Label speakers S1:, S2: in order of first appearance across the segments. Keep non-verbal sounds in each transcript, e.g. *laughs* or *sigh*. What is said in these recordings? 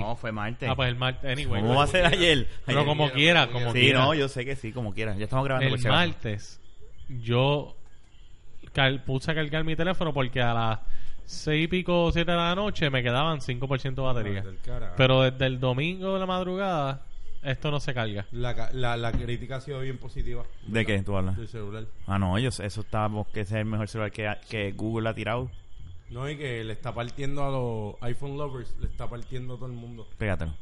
S1: No, fue martes.
S2: Ah, pues el martes. Anyway,
S1: ¿Cómo va a ser ayer?
S2: Pero como
S1: Ayer.
S2: quiera, como
S1: Sí,
S2: quiera.
S1: no, yo sé que sí, como quieras. Ya estamos grabando. por
S2: el
S1: si acaso.
S2: martes yo cal- puse a cargar mi teléfono porque a las seis y pico, siete de la noche me quedaban 5% de batería.
S3: Del carajo.
S2: Pero desde el domingo de la madrugada esto no se carga.
S3: La, ca- la, la crítica ha sido bien positiva
S1: ¿De qué tú hablas?
S3: del celular.
S1: Ah, no, yo, eso está, que ese es el mejor celular que, que Google ha tirado.
S3: No, y que le está partiendo a los iPhone lovers, le está partiendo a todo el mundo.
S1: Pégatelo.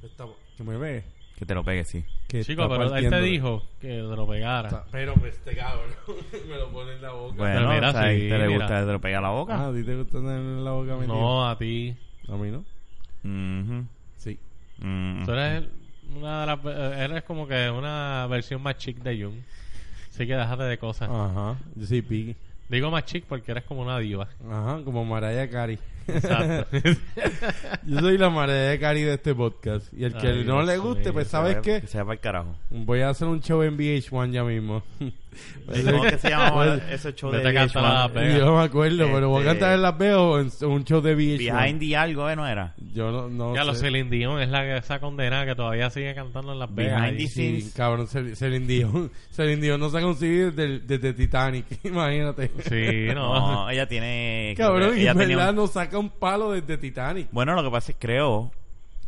S3: Le está- que me ve.
S1: Que te lo pegue, sí.
S3: Que
S2: Chico,
S3: está
S2: pero él te
S3: partiendo.
S2: dijo que te lo pegara.
S3: Está- Pero pues este cabrón *laughs* me lo pone en la boca.
S1: Bueno,
S2: mira,
S1: o sea,
S2: sí,
S1: te le
S2: mira.
S1: gusta, te lo pega a la boca.
S3: Ah, ¿a ti te gusta tener en la boca metida?
S2: no, a ti.
S3: A mí no.
S1: Mhm,
S3: Sí.
S1: mhm.
S2: Tú eres una de las, eh, eres como que una versión más chic de Jung. Así que déjate de cosas.
S3: Ajá. Yo soy piggy.
S2: Digo más chic porque eres como una diva.
S3: Ajá, como Mariah Carey.
S2: Exacto.
S3: *laughs* Yo soy la Mariah Carey de este podcast. Y el que
S2: Ay,
S3: no
S2: Dios
S3: le
S2: mío,
S3: guste, pues
S1: Que se
S3: ¿sabes
S1: vaya-
S3: qué?
S1: Que se para el carajo.
S3: Voy a hacer un show en VH1 ya
S1: *laughs*
S3: mismo. Pues,
S1: ¿Cómo que se llama ese show de
S2: Vete a cantar a la
S3: *laughs*
S1: VH1?
S2: pega.
S3: Yo no me acuerdo, pero voy a
S1: Este-
S3: cantar en las veo o en en un show de VH1.
S1: Behind the algo, ¿eh? ¿No era?
S3: Yo no,
S2: *laughs*
S3: no
S2: ya lo
S3: sé.
S2: Celine Dion es la que esa condenada que todavía sigue cantando en las Vegas.
S1: Behind
S2: allí.
S1: the
S3: Sí,
S1: scenes.
S3: cabrón, Cel- Celine Dion. Celine Dion no *laughs* se ha conseguido desde, el- desde Titanic, *laughs* imagínate.
S1: *laughs*
S2: Sí, no.
S1: No, ella tiene... creo
S3: Cabrón,
S1: que
S3: y
S1: ella
S3: en
S1: tenía un-
S3: verdad no saca un palo desde Titanic.
S1: Bueno, lo que pasa es creo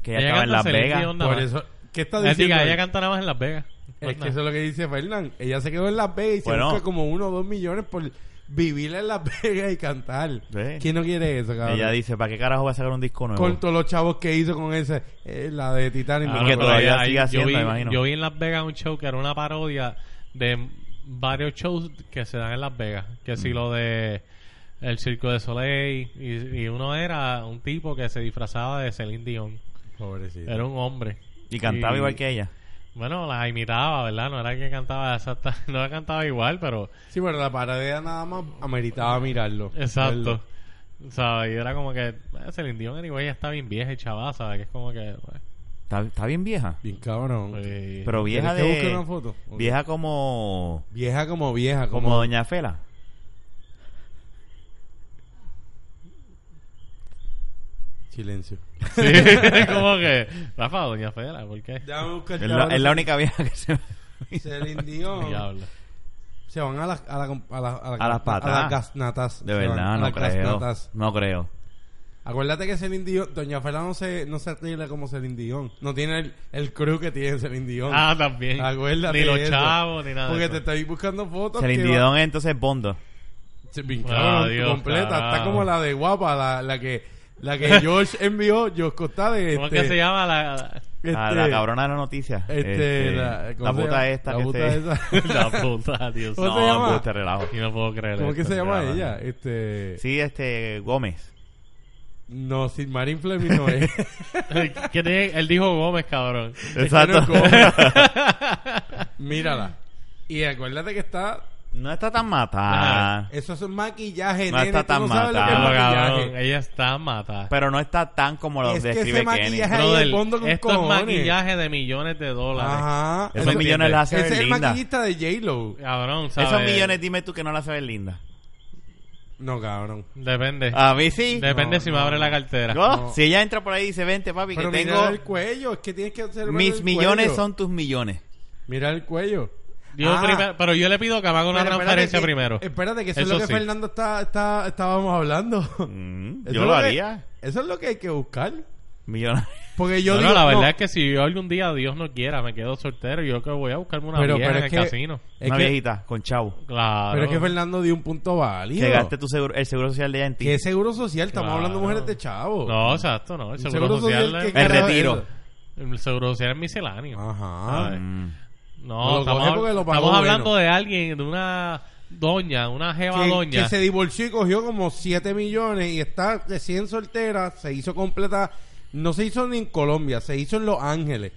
S1: que ella
S2: Ella
S1: estaba en
S2: canta
S1: Las
S2: Celine
S1: Vegas.
S2: Dion, No.
S3: Por eso, ¿qué está
S2: Es
S3: diciendo?
S2: diga,
S3: él?
S2: ella canta nada más en Las Vegas.
S3: Es
S2: Más
S3: que eso es
S2: nada.
S3: lo que dice Fernán. Ella se quedó en Las Vegas y
S1: Bueno.
S3: se busca como uno o dos millones por vivir *laughs* en Las Vegas y cantar.
S1: Sí.
S3: ¿Quién no quiere eso, cabrón?
S1: Ella dice, ¿para qué carajo voy a sacar un disco nuevo?
S3: con todos los chavos que hizo con ese, eh, la de Titanic.
S1: Ah,
S3: me
S1: que
S3: acuerdo.
S1: todavía
S2: ahí-
S1: sigue haciendo,
S2: yo vi,
S1: me imagino.
S2: Yo vi en Las Vegas un show que era una parodia de varios shows que se dan en Las Vegas. Que
S1: Mm.
S2: si lo de El Circo de Soleil. Y, y uno era un tipo que se disfrazaba de Celine Dion.
S3: Pobrecito.
S2: Era un hombre.
S1: Y cantaba
S2: Y-
S1: igual que ella.
S2: Bueno, la imitaba, ¿verdad? No era que cantaba exacta, *laughs* no la cantaba igual, pero
S3: Sí, pero la parodia nada más ameritaba mirarlo.
S2: Exacto.
S3: Verlo.
S2: ¿Sabes? Y era como que. eh, Celine Dion, anyway, ya está bien vieja y chava, ¿sabes? Que es como que. pues,
S1: Está, está bien vieja.
S3: Bien cabrón.
S2: eh,
S1: Pero vieja
S3: ¿Quieres que
S1: de...
S3: busque una foto? Ok.
S1: Vieja como...
S3: Vieja como vieja, como,
S1: Como Doña Fela.
S3: silencio.
S2: *laughs* Sí, es como que. Rafa, Doña Fela, ¿por qué?
S3: Déjame buscar
S1: Es la,
S3: ahora
S1: es la única vieja que
S3: *laughs*
S1: se...
S3: Celine
S1: *laughs*
S3: Dion.
S2: Diablo.
S3: Se van a las a la, com- a la- a la-
S1: A las patas.
S3: A las gasnatas.
S1: De
S3: Se van
S1: verdad,
S3: a
S1: no
S3: las
S1: creo.
S3: gasnatas.
S1: No creo.
S3: Acuérdate que Celine Dion, Doña Fela no se, no se arregla como Celine Dion. No tiene el, el crew que tiene Celine Dion.
S2: Ah, también.
S3: Acuérdate
S2: Ni los
S3: de eso.
S2: chavos, ni nada.
S3: Porque
S2: de
S3: te
S2: eso.
S3: estoy buscando fotos.
S1: Celine
S3: que va-
S1: Dion es entonces Bondo.
S3: Sí, bien
S2: Ah,
S3: cabrón,
S2: Dios,
S3: completa.
S2: carajo.
S3: Está como la de guapa, la, la que
S2: *laughs*
S3: la que George envió, George Costa de
S2: ¿Cómo es
S3: este,
S2: que se llama
S3: *laughs*
S2: la.
S1: Ah,
S3: este,
S1: la cabrona de la noticia.
S3: Este, la, ¿cómo se
S1: puta
S3: llama?
S1: esta
S3: La
S1: que *laughs*
S3: puta
S1: se...
S3: esa. *laughs*
S2: la puta, Dios.
S3: ¿Cómo
S2: No,
S3: se llama?
S1: No, te relajo.
S2: yo no puedo creer
S3: ¿Cómo
S2: esto.
S3: que se llama
S1: ya,
S3: ella? Este
S1: Sí, este... Gómez.
S3: no, sin Marín Fleming no es. *laughs*
S2: Eh, ¿Qué tiene? Él dijo Gómez, cabrón.
S1: Exacto.
S3: Es que no
S1: *laughs*
S3: es como- Mírala. Y acuérdate que está
S1: No está tan matada.
S3: eso es un maquillaje,
S1: Ah. No
S3: nene,
S1: está
S3: tú
S1: tan
S3: no sabes lo que es
S1: matado.
S2: Diablo,
S3: maquillaje.
S2: cabrón. Ella está matada.
S1: Pero no está tan como lo
S3: Es que
S1: describe
S3: ese
S1: Kenny.
S3: maquillaje-
S2: Brother,
S3: Ay, el fondo con
S2: esto es
S3: cojones.
S2: maquillaje de millones de dólares.
S3: Ajá.
S2: ¿Me
S1: Esos
S3: Ese-
S2: entiendes?
S1: millones la hacen
S3: ese es el
S1: linda.
S3: maquillista de J-Lo.
S2: Cabrón, ¿sabes?
S1: Esos millones, dime tú que no la sabes linda.
S3: No, cabrón.
S2: Depende.
S1: A mí sí.
S2: Depende
S3: No,
S2: si me abre la cartera.
S1: Yo,
S3: No.
S1: Si ella entra por ahí y dice, vente papi,
S3: Pero
S1: que
S3: mira
S1: tengo...
S3: el cuello, es que tienes que hacer
S1: Mis millones son tus millones.
S3: Mira el cuello.
S2: Yo
S3: Ah,
S2: primero- pero yo le pido que me haga una
S3: pero espérate
S2: transferencia
S3: que-
S2: primero.
S3: Espérate, que eso,
S2: Eso
S3: es lo que
S2: sí.
S3: Fernando está, está, estábamos hablando. *laughs*
S1: Mm,
S3: Eso
S1: yo
S3: es
S1: lo
S3: que-
S1: haría.
S3: eso es lo que hay que buscar.
S1: Millonario.
S3: Porque yo
S2: No, no,
S3: digo,
S2: la verdad
S3: no,
S2: es que si yo algún día, Dios no quiera, me quedo soltero, yo que voy a buscarme una
S3: Pero-
S2: vieja
S3: pero
S2: en el
S3: es que-
S2: casino.
S3: *laughs* es
S1: Una
S3: que-
S1: viejita con chavo.
S2: Claro.
S3: Pero es que Fernando dio un punto válido.
S1: Que gaste tu seguro, el seguro social de ella en ti.
S3: Que es seguro social, estamos
S2: Claro.
S3: hablando de mujeres de chavo.
S2: No, exacto, no. El
S3: Un
S2: seguro, social,
S3: ¿qué
S2: es-
S1: El
S3: carajo es
S1: retiro.
S3: eso?
S2: el seguro social es misceláneo.
S3: Ajá.
S2: Ay.
S1: Mm.
S2: No,
S3: lo
S2: estamos,
S3: coge porque lo pagó
S2: estamos hablando
S3: bueno.
S2: de alguien, de una doña, una jeva
S3: Que,
S2: doña.
S3: que se divorció y cogió como 7 millones y está recién soltera, se hizo completa, no se hizo ni en Colombia, se hizo en Los Ángeles.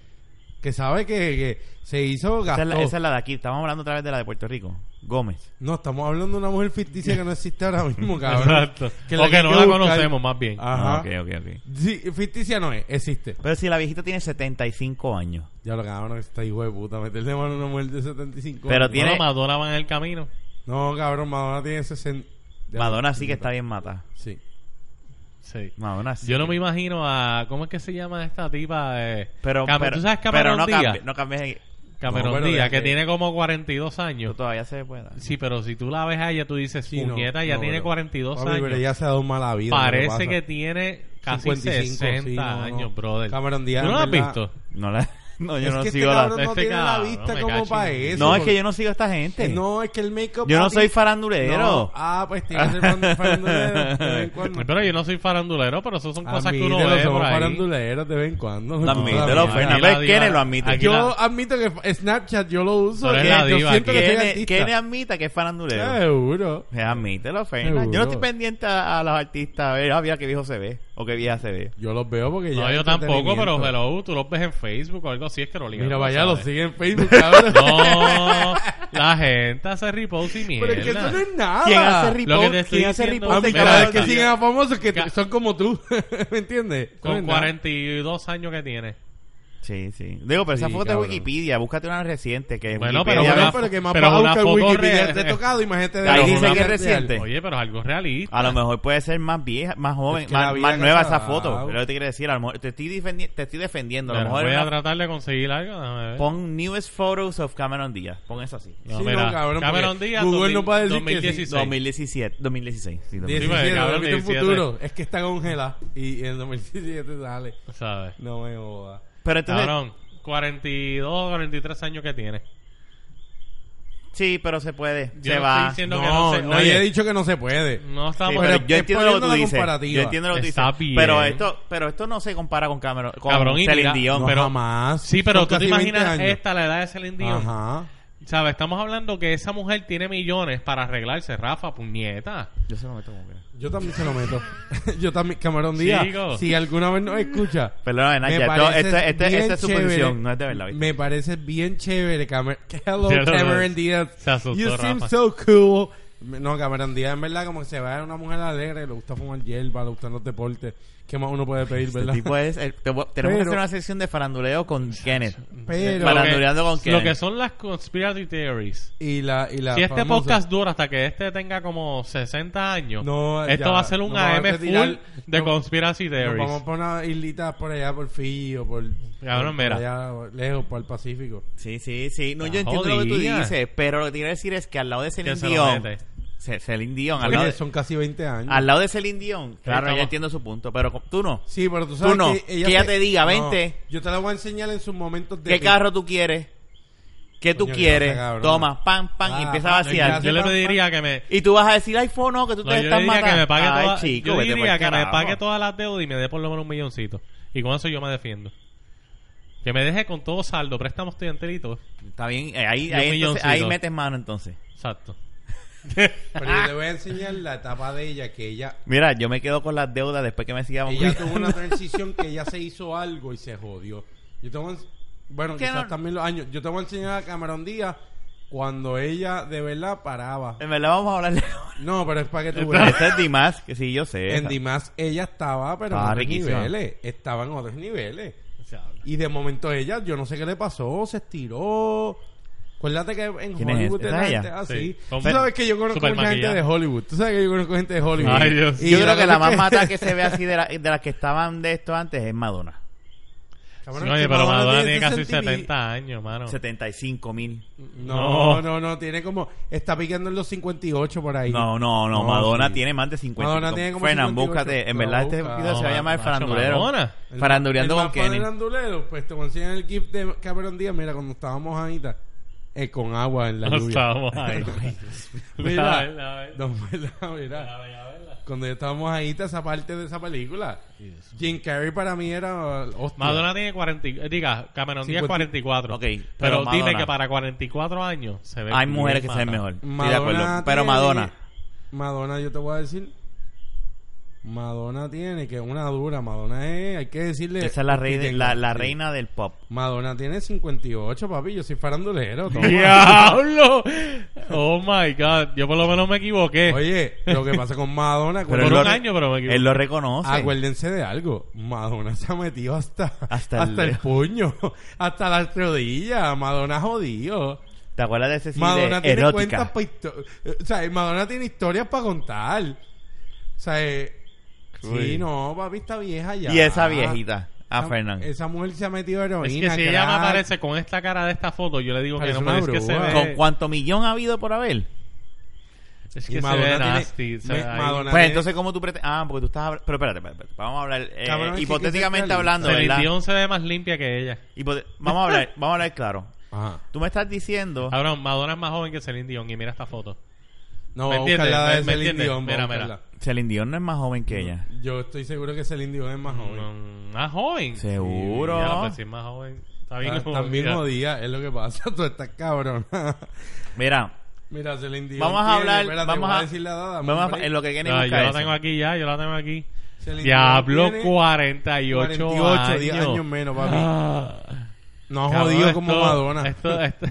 S3: Que sabe que, que se hizo
S1: Esa,
S3: gastó.
S1: es la, esa es la de aquí. Estamos hablando otra vez de la de Puerto Rico. Gómez.
S3: No, estamos hablando de una mujer ficticia que no existe
S1: *laughs*
S3: ahora mismo, cabrón.
S2: Exacto.
S3: la
S2: o
S3: hay
S2: que no
S3: que
S2: la
S3: buscar.
S2: conocemos, más bien.
S3: Ajá.
S1: Ah, ok, ok, ok.
S3: Sí, ficticia no es, existe.
S1: Pero si la viejita tiene 75 años.
S3: Ya lo cabrón, está hijo de puta, meterle mano a una mujer de 75
S1: Pero
S3: años.
S1: tiene-
S2: Bueno, Madonna va en el camino.
S3: No, cabrón, Madonna tiene 60.
S1: Madonna sí que está bien mata.
S3: Sí.
S2: Sí.
S1: Madonna sí.
S2: Yo no me imagino a. ¿Cómo es que se llama esta tipa? Eh,
S1: Pero,
S2: Cam-
S1: pero,
S2: ¿Tú sabes
S1: pero
S2: Cameron
S1: no
S2: Díaz?
S1: cambie- no cambies.
S2: Cameron
S3: No, pero
S2: Díaz,
S3: de-
S2: que
S3: de-
S2: tiene como 42 años.
S1: Todavía se puede.
S2: Sí, pero si tú la ves a ella, tú dices,
S3: Sí, no,
S2: puñeta, ya
S3: no,
S2: tiene
S3: pero-
S2: 42
S3: Papi, pero
S2: años.
S3: ella se ha dado mala vida.
S2: Parece
S3: lo
S2: que
S3: pasa.
S2: tiene casi
S3: 55,
S2: 60
S3: sí, no, no.
S2: años, brother.
S3: Cameron Díaz,
S2: ¿Tú no la has
S3: en verdad,
S2: visto?
S1: No, la, *laughs* no yo
S3: Es
S1: no
S3: que este
S1: sigo la...
S3: cabrón no
S2: este
S3: tiene la
S2: cabrón,
S3: vista
S2: me
S3: como
S2: cacho.
S3: para eso.
S1: No, es que
S3: porque-
S1: yo no sigo a esta gente.
S3: No, es que el make-up...
S1: Yo no
S3: papi-
S1: soy farandulero.
S3: No. Ah, pues tiene que ser
S1: *laughs*
S3: fan- farandulero de vez en cuando.
S2: Pero yo no soy farandulero, pero eso son cosas que uno
S3: Admítelo,
S2: ve
S3: somos
S2: por ahí.
S3: faranduleros de vez en cuando.
S1: Lo admítelo,
S2: Aquí
S1: Fernan.
S2: la
S1: ¿Ves?
S2: diva-
S1: Kenneth lo admite.
S2: aquí la-
S3: Yo admito que Snapchat yo lo uso.
S2: Tú eres
S3: que
S2: la
S3: yo
S2: diva
S3: siento
S2: aquí.
S3: que soy
S1: Kenneth
S3: artista.
S1: Kenneth admita que es farandulero.
S3: Seguro.
S1: Eh, Admítelo, Fernan. Yo no
S3: Seguro.
S1: estoy pendiente a, a los artistas a ver, ah, mira qué viejo se ve o qué vieja se ve.
S3: Yo los veo porque ya. este
S2: No,
S3: es
S2: yo tampoco, pero
S3: entretenimiento.
S2: hello, tú los ves en Facebook o algo así, es que lo ligan,
S3: Mira,
S2: tú
S3: vaya, lo
S2: sabes.
S3: sigue en Facebook,
S2: *laughs*
S3: cabrón.
S2: No, la gente hace repost y mierda.
S3: Pero es que eso no es nada.
S1: ¿Quién hace
S2: Lo que
S1: riposte?
S2: te estoy
S1: ¿Quién hace
S2: diciendo-
S1: riposte,
S3: Ah,
S2: Ponte
S3: mi
S1: cabrón?
S2: Mira,
S3: cada vez
S2: ca-
S3: que siguen a famosos que
S2: ca-
S3: son como tú. *laughs* ¿Me entiendes? No es
S2: Con
S3: nada.
S2: 42 años que tiene.
S1: Sí, sí. Digo, pero esa
S3: Sí,
S1: foto
S3: cabrón.
S1: es Wikipedia. Búscate una reciente que es
S2: Bueno,
S3: Pero,
S1: Wikipedia.
S3: bueno,
S2: una-
S3: pero que más
S2: pero
S3: vas a
S2: una
S3: buscar
S2: foto
S3: Wikipedia
S2: real.
S3: te he tocado, imagínate de
S1: Ahí
S3: la
S1: dice
S3: forma
S1: que es
S3: real.
S1: reciente. Sí.
S2: Oye, pero es algo realista.
S1: A lo mejor puede ser más vieja, más joven,
S3: que la
S1: más,
S3: vida
S1: más
S3: que
S1: nueva
S3: se ha
S1: esa foto.
S3: dado.
S1: Es lo que te quiero decir. A lo mejor te estoy, defendi- te estoy
S3: Ah,
S1: defendiendo. A lo
S2: Pero
S1: mejor
S2: voy
S1: era-
S2: a tratar de conseguir algo. déjame ver.
S1: pon newest photos of Cameron Díaz. Pon eso así.
S2: No,
S3: Sí,
S2: mira,
S3: no, cabrón,
S2: Cameron
S3: porque
S2: Díaz,
S3: Google no puede decir que sí.
S2: 2016.
S1: 2017, 2016. sí, 2016.
S3: 17,
S2: cabrón,
S3: dormiste en
S2: 17.
S3: futuro. Es que está congelada y en 2017 sale.
S2: ¿Sabes?
S3: No me jodas.
S1: Pero entonces,
S2: Cabrón, 42, 43 años que tiene.
S1: sí, pero se puede.
S2: Yo
S1: se
S2: no
S1: va.
S2: estoy diciendo
S3: No,
S2: que no sé.
S3: nadie
S2: Oye,
S3: ha dicho que no se puede.
S2: no
S1: Sí,
S2: estamos...
S1: pero
S3: pero
S1: yo
S3: es
S1: entiendo lo que tú
S3: poniendo la
S1: dices.
S3: comparativa.
S1: Yo entiendo lo que tú dices.
S2: Está bien.
S1: Pero esto, pero esto no se compara con Cameron, con
S2: Cabrón, y
S1: Celine
S2: mira-
S1: Dion.
S3: No,
S2: pero-
S3: jamás.
S2: Sí, pero
S3: Son
S2: tú te
S3: casi 20
S2: imaginas
S3: años.
S2: esta, la edad de Celine Dion.
S3: Ajá.
S2: ¿Sabes? Estamos hablando que esa mujer tiene millones para arreglarse, Rafa, puñeta.
S1: Yo se lo meto como quiera.
S3: Yo también se lo meto. *laughs* Yo también, Camarón Díaz.
S2: Chico.
S3: Si alguna vez nos escucha.
S1: Perdóname,
S3: me
S1: Nacha, esto,
S3: parece
S1: esto- esto-
S3: bien
S1: esta es
S3: chévere.
S1: suposición, no es de verdad. ¿viste?
S3: Me parece bien chévere, Cameron. *laughs* Hello,
S2: Ya lo
S3: Cameron
S2: ves.
S3: Díaz.
S2: Se asustó,
S3: You seem
S2: Rafa.
S3: so cool. No, Cameron Díaz, en verdad, como que se va a una mujer alegre, le gusta fumar hierba, le gustan los deportes. ¿Qué más uno puede pedir,
S1: Este
S3: verdad?
S1: tipo es, el- te voy- tenemos que
S3: Pero-
S1: hacer una sección de faranduleo con Kenneth.
S3: *laughs* Pero-
S1: Faranduleando con
S2: Lo
S1: Kenneth.
S2: que son las conspiracy theories.
S3: Y la, y la
S2: Si este
S3: famosa-
S2: podcast dura hasta que este tenga como 60 años,
S3: No,
S2: esto
S3: ya,
S2: va a ser un
S3: nos vamos a
S2: AM full
S3: retirar.
S2: de
S3: Nos-
S2: conspiracy
S3: Nos
S2: theories.
S3: vamos por una islita por allá, por Fiji o por.
S2: Cabrón,
S3: por
S2: mira.
S3: allá, lejos, por el Pacífico.
S1: Sí, sí, sí. No,
S2: Ah,
S1: yo entiendo lo que tú
S2: jodía.
S1: dices, pero lo que te quiero decir es que al lado de
S2: Que
S1: Celine
S2: se lo
S1: Dion,
S2: mete.
S1: Ce- Celine Dion, al
S3: Oye,
S1: lado de,
S3: son casi 20 años.
S1: al lado de Celine Dion, claro,
S2: estamos.
S1: ya entiendo su punto, pero con- tú no.
S3: Sí, pero tú sabes
S1: no,
S3: que ella,
S1: que ella
S3: se-
S1: te diga,
S3: No,
S1: "Vente".
S3: yo te la voy a enseñar en sus momentos de
S1: ¿Qué carro tú quieres? ¿Qué tú
S3: Coño, qué
S1: quieres?
S3: cosa, cabrón.
S1: Toma, pam, pam,
S3: Ah,
S1: y empieza a
S3: ah,
S1: vaciar.
S3: ya
S2: Yo le pediría que me...
S1: Y tú vas a decir, iPhone, no, que tú
S2: no,
S1: te
S2: yo
S1: estás
S2: le diría
S1: matando.
S2: que me pague
S1: Ay,
S2: todas-
S1: chico,
S2: yo
S1: vete
S2: diría
S1: pa'l
S2: que me
S1: carajo.
S2: pague todas las deudas y me dé por lo menos un milloncito. Y con eso yo me defiendo. Que me deje con todo saldo, préstamos estudiantelitos.
S1: Está bien, eh, ahí,
S2: un
S1: ahí, entonces, ahí
S2: milloncito.
S1: metes mano entonces.
S2: Exacto.
S3: Pero yo te voy a enseñar la etapa de ella, que ella,
S1: Mira, yo me quedo con las deudas después que me sigamos
S3: ella tuvo una transición que ella se hizo algo y se jodió. Yo te voy a ens- bueno,
S1: ¿Qué
S3: quizás
S1: no?
S3: también los años. Yo te voy a enseñar a Cameron Díaz cuando ella de verdad paraba.
S1: En verdad vamos a
S3: *laughs*
S1: hablar de...
S3: No, pero es para que tú veas.
S1: Este es Dimas, que sí, yo sé.
S3: En Dimas ella estaba, pero en
S1: Ah,
S3: otros
S1: riquísima.
S3: niveles. Estaba en otros niveles. Y de momento ella, yo no sé qué le pasó, se estiró. Acuérdate que en
S1: ¿Quién es
S3: Hollywood
S1: esa? ¿Esa
S3: era
S1: es
S3: gente
S1: ella?
S3: así.
S2: Sí. Con-
S3: Tú sabes que yo conozco
S2: super
S3: mucha gente de
S2: maquillada.
S3: Hollywood. Tú sabes que yo conozco gente de Hollywood.
S2: Ay, Dios.
S1: Yo creo que
S3: *laughs*
S1: la más
S3: mata
S1: mata que se ve así de, la- de las que estaban de esto antes es Madonna.
S2: Sí, oye, pero Madonna tiene casi 70 años, mano.
S1: 75 mil.
S3: No,
S2: No.
S3: no, no, tiene como. Está picando en los 58 por ahí.
S1: No, no, no.
S3: No,
S1: Madonna
S3: sí.
S1: tiene más de 50.
S3: Madonna tiene como
S1: Fernan,
S3: 58.
S1: búscate. En
S3: Te
S1: verdad,
S3: lo
S1: este
S3: busca.
S1: video se va a
S2: No,
S1: llamar el
S2: macho,
S1: Farandulero.
S2: Madonna.
S3: El-
S1: Faranduleando
S3: el
S1: con
S3: más
S1: Kenny.
S3: farandulero, pues te voy a enseñar el gif de Cameron Díaz. Mira, cuando estábamos mojadita, eh, con agua en la
S2: No
S3: lluvia.
S2: estamos ahí.
S3: Mira,
S2: La- la-
S3: no, mira, mira. Cuando ya estábamos ahí, está esa parte de esa película. Jim Carrey para mí era. Hostia.
S2: Madonna tiene 40, y- eh, diga, Cameron Díaz 44.
S1: Ok,
S2: pero,
S1: pero
S2: dime
S1: Madonna.
S2: que para 44 años se ve
S1: Hay
S2: bien
S1: mujeres que se ven
S2: mata.
S1: mejor. Estoy de acuerdo. Pero
S3: tiene-
S1: Madonna.
S3: Madonna, yo te voy a decir. Madonna tiene que una dura. Madonna es. Hay que decirle.
S1: Esa es la, rey de- la, la
S3: Sí.
S1: reina del pop.
S3: Madonna tiene 58, papi. Yo soy farandulero. toma.
S2: ¡Diablo! Oh my god, yo por lo menos me equivoqué.
S3: Oye, lo que pasa con Madonna.
S1: Pero
S2: por
S1: él
S2: un
S1: lo-
S2: año, pero me equivoqué.
S1: Él lo reconoce.
S3: Ah, Acuérdense de algo, Madonna se ha metido hasta,
S1: Hasta
S3: hasta,
S1: el
S3: el,
S1: dedo.
S3: puño, *laughs* hasta las rodillas, Madonna jodido.
S1: ¿Te acuerdas de ese CD
S3: Madonna tiene pues, cuentas
S1: erótica?
S3: pa histo- eh, o sea, Madonna tiene historias para contar. O sea, eh,
S1: Uy.
S3: Sí, no, papi está vieja ya. Ah,
S1: Y esa viejita, Ah, a
S3: Esa-
S1: Fernan.
S3: Esa mujer se ha metido heroína.
S2: Es que si ella me
S3: crack.
S2: aparece con esta cara de esta foto, yo le digo que
S3: Parece
S2: no me
S3: una
S2: es que se
S3: bruja.
S2: ve.
S1: ¿Con cuánto millón ha habido por haber?
S2: Es
S3: Y
S2: que se
S3: Madonna
S2: ve
S3: tiene-
S2: nasty. se
S3: me-
S2: ve ahí.
S3: Madonna-
S1: Pues entonces, ¿cómo tú pretendes? Ah, porque tú estás. habla- Pero espérate, espérate, espérate. Vamos a hablar. eh,
S3: Cabrón, es que
S1: hipotéticamente
S3: quise
S1: hablando,
S2: Celine
S1: ¿verdad?
S2: Dion se ve más limpia que ella.
S1: Hipote- vamos a hablar, vamos a hablar claro.
S3: Ajá.
S1: Tú me estás diciendo.
S2: Cabrón, Madonna es más joven que Celine Dion y mira esta foto.
S3: No,
S2: ¿Me
S3: voy a
S2: entiendes?
S3: buscar la de
S2: ¿Me- me
S3: Celine
S2: entiendes?
S3: Dion, voy a
S2: Mira,
S3: buscarla.
S2: mira.
S1: Celine Dion no es más joven que ella.
S3: Yo estoy seguro que Celine Dion es más joven.
S2: Mm, Más joven.
S1: Seguro.
S2: Ya, pues, si es más joven. Está bien
S3: Ah,
S2: jodida.
S3: También jodía, es lo que pasa. *laughs* Tú estás cabrón. *laughs*
S1: Mira,
S3: Mira, Celine Dion.
S1: Vamos a
S3: tiene-
S1: hablar-
S3: espérate,
S1: vamos
S3: voy
S1: a-
S3: decir la edad, dame un
S1: vamos a,
S3: break.
S1: en lo que Kenny
S2: Ah, yo
S1: busca
S2: la
S1: eso.
S2: tengo aquí ya, yo la tengo aquí.
S3: Celine
S2: Diablo,
S3: Dion tiene
S2: 48
S3: 48, 10
S2: años. Ah,
S3: años menos, papi. No
S2: Cabrón,
S3: jodido como
S2: esto-
S3: Madonna.
S2: esto-
S3: *laughs*
S2: esto-